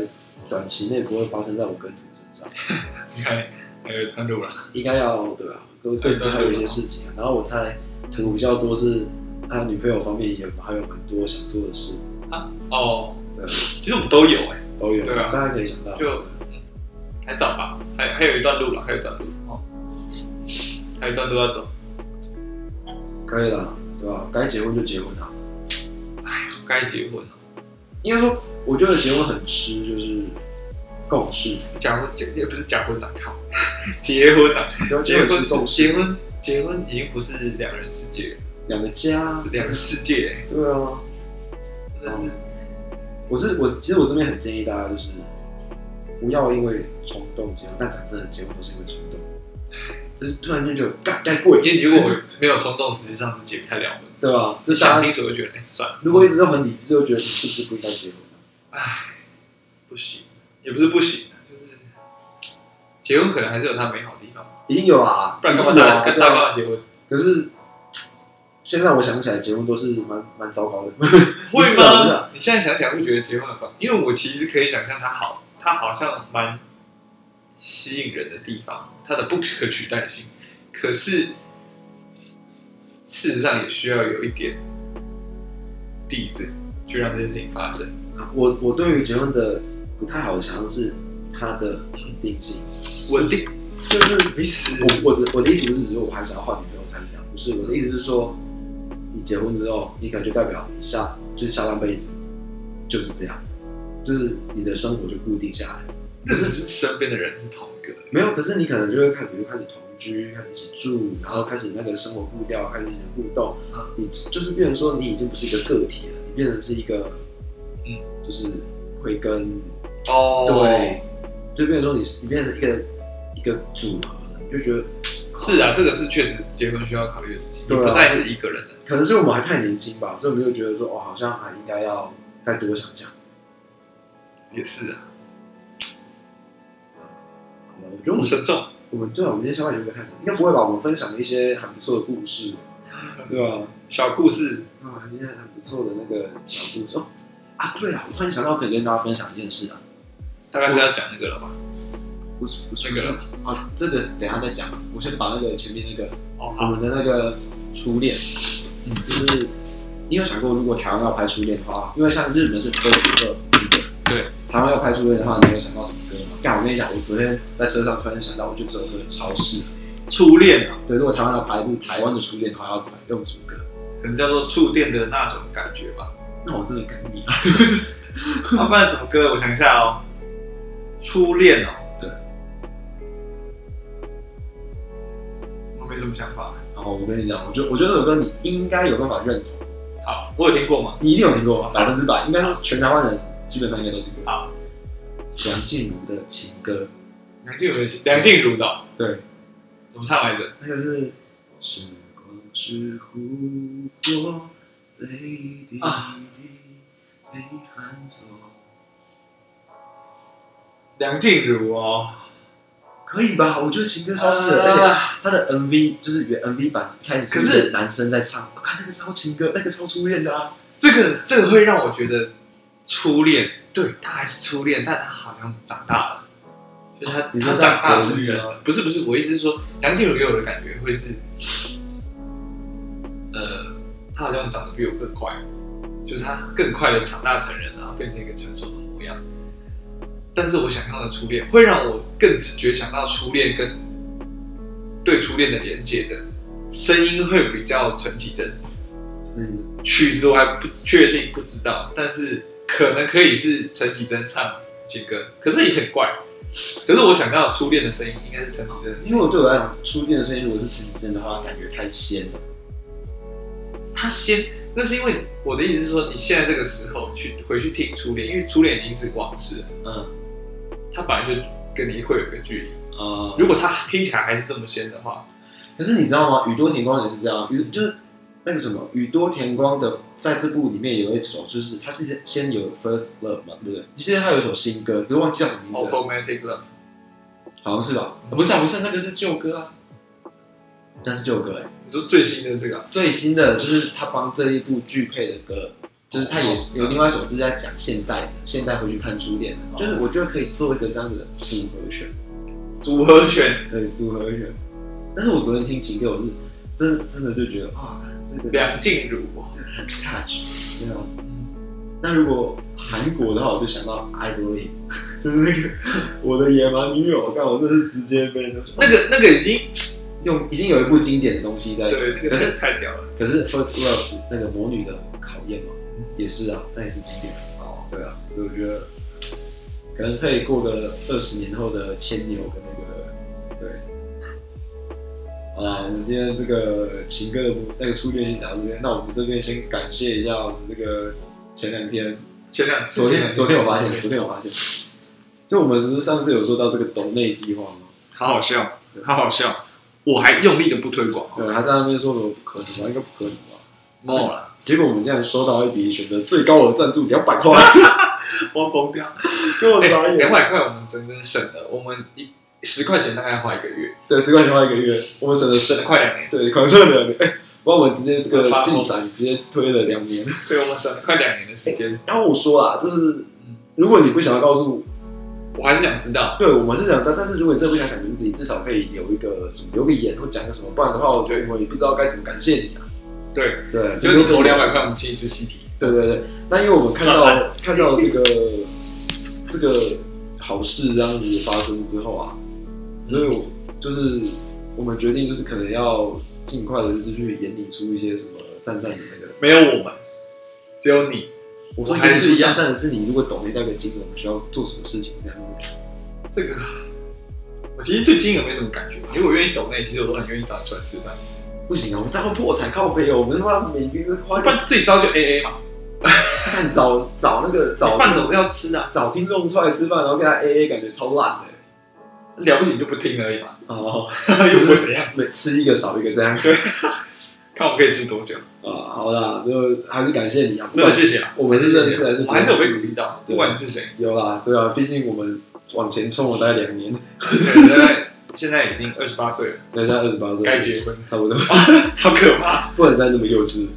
Speaker 3: 短期内不会发生在我跟图身上。
Speaker 1: 你看还有汤路了，
Speaker 3: 应该要对啊吧？各各自还有一些事情、啊，然后我猜图比较多是他女朋友方面也还有蛮多想做的事，
Speaker 1: 哦，
Speaker 3: 对，
Speaker 1: 其实我们都有哎，
Speaker 3: 都有，
Speaker 1: 对啊
Speaker 3: 大家可以想到，
Speaker 1: 就还早吧，还还有一段路了，还有一段路哦，还有一段路要走，
Speaker 3: 可以了，对吧？该结婚就结婚啊，
Speaker 1: 该结婚了，
Speaker 3: 应该说，我觉得结婚很吃就是共识，
Speaker 1: 假婚结也不是假婚的，靠， 结婚的，
Speaker 3: 对啊
Speaker 1: 结
Speaker 3: 婚
Speaker 1: 婚
Speaker 3: 是
Speaker 1: 是
Speaker 3: 共识，
Speaker 1: 结婚结婚已经不是两人世界，
Speaker 3: 两个家
Speaker 1: 是，两个世界，
Speaker 3: 对啊。嗯
Speaker 1: 真的是。
Speaker 3: 我是我，其实我这边很建议大家就是不要因为冲动结婚，但讲真的，结婚都是因为冲动，就是突然间就干该过瘾，
Speaker 1: 因为如果没有冲动，实际上是解不太了婚。
Speaker 3: 对吧？
Speaker 1: 就
Speaker 3: 就
Speaker 1: 想
Speaker 3: 大
Speaker 1: 清
Speaker 3: 家
Speaker 1: 楚就觉得，哎、算了，
Speaker 3: 如果一直都很理智，就觉得你是不是不应该结婚、啊？
Speaker 1: 不行，也不是不行，就是结婚可能还是有它美好的地方，
Speaker 3: 一定有啊，
Speaker 1: 不然干嘛
Speaker 3: 一定有
Speaker 1: 大
Speaker 3: 啊？
Speaker 1: 跟
Speaker 3: 对
Speaker 1: 大
Speaker 3: 啊
Speaker 1: 干嘛结婚？
Speaker 3: 可是现在我想起来，结婚都是蛮蛮糟糕的。 不
Speaker 1: 会
Speaker 3: 是啊不是啊
Speaker 1: 吗？你现在想起来会觉得结婚很烦，因为我其实可以想象它好，它好像蛮吸引人的地方，它的不可取代性，可是事实上也需要有一点底子去让这件事情发生。
Speaker 3: 我我对于结婚的不太好的想象是它的稳定性，
Speaker 1: 稳定，
Speaker 3: 就是
Speaker 1: 你死
Speaker 3: 我我的我的意思不是只是我还想要换女朋友才这样，不是我的意思是说，你结婚之后，你可能就代表你下就是下半辈子就是这样，就是你的生活就固定下来。
Speaker 1: 这只是身边的人是同一个。
Speaker 3: 没有，可是你可能就会开始，比如开始同居，开始一起住，然后开始那个生活步调，开始一起互动，
Speaker 1: 嗯
Speaker 3: 你就是变成说你已经不是一个个体了，你变成是一个，
Speaker 1: 嗯，
Speaker 3: 就是会跟
Speaker 1: 哦
Speaker 3: 对，就变成说你是你变成一个一个组合了，你就觉得
Speaker 1: 是啊，这个是确实结婚需要考虑的事情，
Speaker 3: 对啊
Speaker 1: 你不再是一个人了。
Speaker 3: 可能是我们还太年轻吧，所以我们就觉得说哦，好像还应该要再多想想。
Speaker 1: 也是啊，
Speaker 3: 好了，我觉得
Speaker 1: 很
Speaker 3: 我们
Speaker 1: 沉重。
Speaker 3: 我们对啊，我们今天想法有没有太深？应该不会吧？我们分享了一些很不错的故事，对吧、
Speaker 1: 小故事，
Speaker 3: 啊，今天很不错的那个小故事哦。啊，对啊，我突然想到可以跟大家分享一件事啊，
Speaker 1: 大概是要讲那个了吧？
Speaker 3: 不是不是
Speaker 1: 那
Speaker 3: 不
Speaker 1: 个
Speaker 3: 是啊，这个等一下再讲，我先把那个前面那个
Speaker 1: 哦，
Speaker 3: 我
Speaker 1: 好，
Speaker 3: 们的那个初恋，
Speaker 1: 嗯
Speaker 3: 就是你有想过如果台湾要拍初恋的话，因为像日本是歌曲歌，
Speaker 1: 对，
Speaker 3: 台湾要拍初恋的话，你有想到什么歌吗？干，我跟你讲，我昨天在车上突然想到，我觉得这首歌超适合。
Speaker 1: 初恋啊，
Speaker 3: 对，如果台湾要拍一部台湾的初恋的话，要用什么歌？
Speaker 1: 可能叫做触电的那种感觉吧。
Speaker 3: 那我真的跟你啊。
Speaker 1: 啊，不然什么歌？我想一下哦，初恋哦，
Speaker 3: 对，
Speaker 1: 我没什么想法。
Speaker 3: 然后我跟你讲，我觉得我觉得这首歌你应该有办法认同，
Speaker 1: 好，我有听过吗？
Speaker 3: 你一定有听过吧，百分之百，应该说全台湾人基本上应该都听过。
Speaker 1: 好，
Speaker 3: 梁静茹的情歌，
Speaker 1: 梁静茹的，梁静茹的哦
Speaker 3: 对，
Speaker 1: 怎么唱来着？
Speaker 3: 那个是时光是琥珀，泪滴滴
Speaker 1: 啊
Speaker 3: 被反锁。
Speaker 1: 梁静茹哦，
Speaker 3: 可以吧？我觉得情歌超适合，
Speaker 1: 啊
Speaker 3: 而且他的 MV 就是原 MV 版开始
Speaker 1: 可是
Speaker 3: 一个男生在唱，我看那个超情歌，那个超初恋的啊。
Speaker 1: 这个这个会让我觉得初恋，对他还是初恋，但他好像长大了，就是他、
Speaker 3: 你
Speaker 1: 他
Speaker 3: 说
Speaker 1: 长大
Speaker 3: 他
Speaker 1: 成人
Speaker 3: 国语
Speaker 1: 了。不是不是，我意思是说，梁静茹给我的感觉会是，呃，他好像长得比我更快，就是他更快的长大成人啊，变成一个成熟的模样。但是我想要的初恋，会让我更直觉想到初恋跟对初恋的连接的声音会比较陈绮贞，
Speaker 3: 嗯，
Speaker 1: 曲子我还不确定不知道，但是可能可以是陈绮贞唱情歌，可是也很怪。可是我想到初恋的声音应该是陈绮贞的声音，
Speaker 3: 因为我对我来讲，初恋的声音如果是陈绮贞的话，感觉太仙了。
Speaker 1: 他先，那是因为我的意思是说，你现在这个时候去回去听初恋，因为初恋已经是往事了，
Speaker 3: 嗯
Speaker 1: 他本来就跟你会有一个距离。
Speaker 3: 啊、
Speaker 1: 如果他听起来还是这么仙的话，
Speaker 3: 可是你知道吗？宇多田光也是这样，啊宇就是那个什么，宇多田光的在这部里面有一首，就是他是先有 first love 嘛，对不对？现在他有一首新歌，可是忘啊记叫什么名字了，
Speaker 1: automatic love，
Speaker 3: 好像是吧？啊不是、啊、不是、那个是旧歌啊，那是旧歌哎、
Speaker 1: 你说最新的这个啊
Speaker 3: 最新的就是他帮这一部剧配的歌，就是他也是有另外一首是在讲现代的，现代回去看初恋的，就是我觉得可以做一个这样子的组合拳。
Speaker 1: 组合拳，
Speaker 3: 对，组合拳。但是我昨天听情歌，我是真的真的就觉得啊，这个
Speaker 1: 梁静茹，
Speaker 3: 很 touch，这样。那如果韩国的话，我就想到 I Believe，就是 那个我的野蛮女友，但我这是直接被
Speaker 1: 那个那个已经
Speaker 3: 用已经有一部经典的东西在，
Speaker 1: 对那
Speaker 3: 可
Speaker 1: 个
Speaker 3: 是
Speaker 1: 是太屌了，
Speaker 3: 可是 First Love 那个魔女的考验嘛，也是啊，那也是经典哦。对啊，所以我觉得可能可以过个二十年后的牵牛跟那个对。啊，我们今天这个情歌的部那个初恋先讲到这边，那我们这边先感谢一下我们这个前两天
Speaker 1: 前两
Speaker 3: 昨天昨天我 发现，昨天我发现，就我们是不是上次有说到这个抖内计划吗？
Speaker 1: 好好笑，好好笑，我还用力的不推广
Speaker 3: 对，他在那边说什么不可能吧，应该不可能吧。
Speaker 1: ，more 了，
Speaker 3: 结果我们竟然收到一笔选择最高的赞助两百块，
Speaker 1: 我疯掉，
Speaker 3: 给我傻眼。
Speaker 1: 哎两百块我们整整省了，我们一十块钱大概花一个月，
Speaker 3: 对，十块钱花一个月，我们省了
Speaker 1: 省了
Speaker 3: 十，
Speaker 1: 快两年，
Speaker 3: 对，可能省了两年。哎，把我们直接这个
Speaker 1: 发疯
Speaker 3: 进展直接推了两年。
Speaker 1: 对我们省了快两年的时间，
Speaker 3: 然后我说啊，就是如果你不想要告诉，
Speaker 1: 我还是想知道，
Speaker 3: 对我们是想但但是如果你真的不想讲名字，你至少可以留一个什么，留个言或讲个什么，不然的话，我觉得我们也不知道该怎么感谢你啊。
Speaker 1: 对，
Speaker 3: 对，
Speaker 1: 就是你投两百块，我们请你吃西提，
Speaker 3: 对对对，那因为我们看
Speaker 1: 转
Speaker 3: 到看到这个这个好事这样子发生之后啊，所以我就是我们决定就是可能要尽快的就是去演拟出一些什么赞赞的那个。
Speaker 1: 没有我们，只有你，
Speaker 3: 我
Speaker 1: 还是一样
Speaker 3: 赞赞的是你，如果懂那那个金额，我们需要做什么事情这样子。
Speaker 1: 这个，我其实对金额没什么感觉，因为我愿意懂那，其实我都很愿意找你出来吃饭。
Speaker 3: 不行啊，我们这样会破产靠背哦，我们他妈每个花
Speaker 1: 不
Speaker 3: 个
Speaker 1: 然最糟就 A A 嘛，
Speaker 3: 蛋找找那个找
Speaker 1: 饭总是要吃的啊，
Speaker 3: 找听众出来吃饭，然后跟他 A A，感觉超烂的。
Speaker 1: 了不起你就不听而已嘛，
Speaker 3: 哦，
Speaker 1: 又不会怎样。
Speaker 3: 每吃一个少一个这样。
Speaker 1: 看我可以吃多久。
Speaker 3: 啊，好啦，就还是感谢你啊，不
Speaker 1: 真的
Speaker 3: 管
Speaker 1: 谢谢啊，
Speaker 3: 我们是认识还是
Speaker 1: 我
Speaker 3: 不
Speaker 1: 们还
Speaker 3: 认
Speaker 1: 是有被
Speaker 3: 识，
Speaker 1: 鼓励到，
Speaker 3: 对
Speaker 1: 不管你是谁，
Speaker 3: 有啦，对啊，毕竟我们往前冲了大概两年，
Speaker 1: 现在现在已经二十八岁了，
Speaker 3: 那现在二十八岁，
Speaker 1: 该结婚，
Speaker 3: 差不多，
Speaker 1: 好可怕。
Speaker 3: 不能再那么幼稚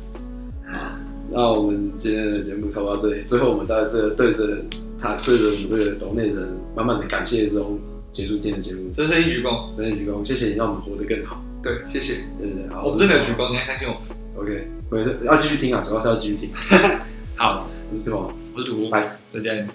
Speaker 3: 啊。那我们今天的节目差不多到这里，最后我们在这对着他对着我们这个岛内人满满的感谢中结束今天的节目，
Speaker 1: 深深一鞠躬，
Speaker 3: 真的鞠躬，谢谢你让我们活得更好，
Speaker 1: 对，谢谢。
Speaker 3: 对对对，好，
Speaker 1: 我们真的有鞠躬，你要相信我。
Speaker 3: ，OK，回要继续听啊，主要是要继续听，
Speaker 1: 好，
Speaker 3: 我是对吗？
Speaker 1: 我是主播，
Speaker 3: 拜，
Speaker 1: 再见。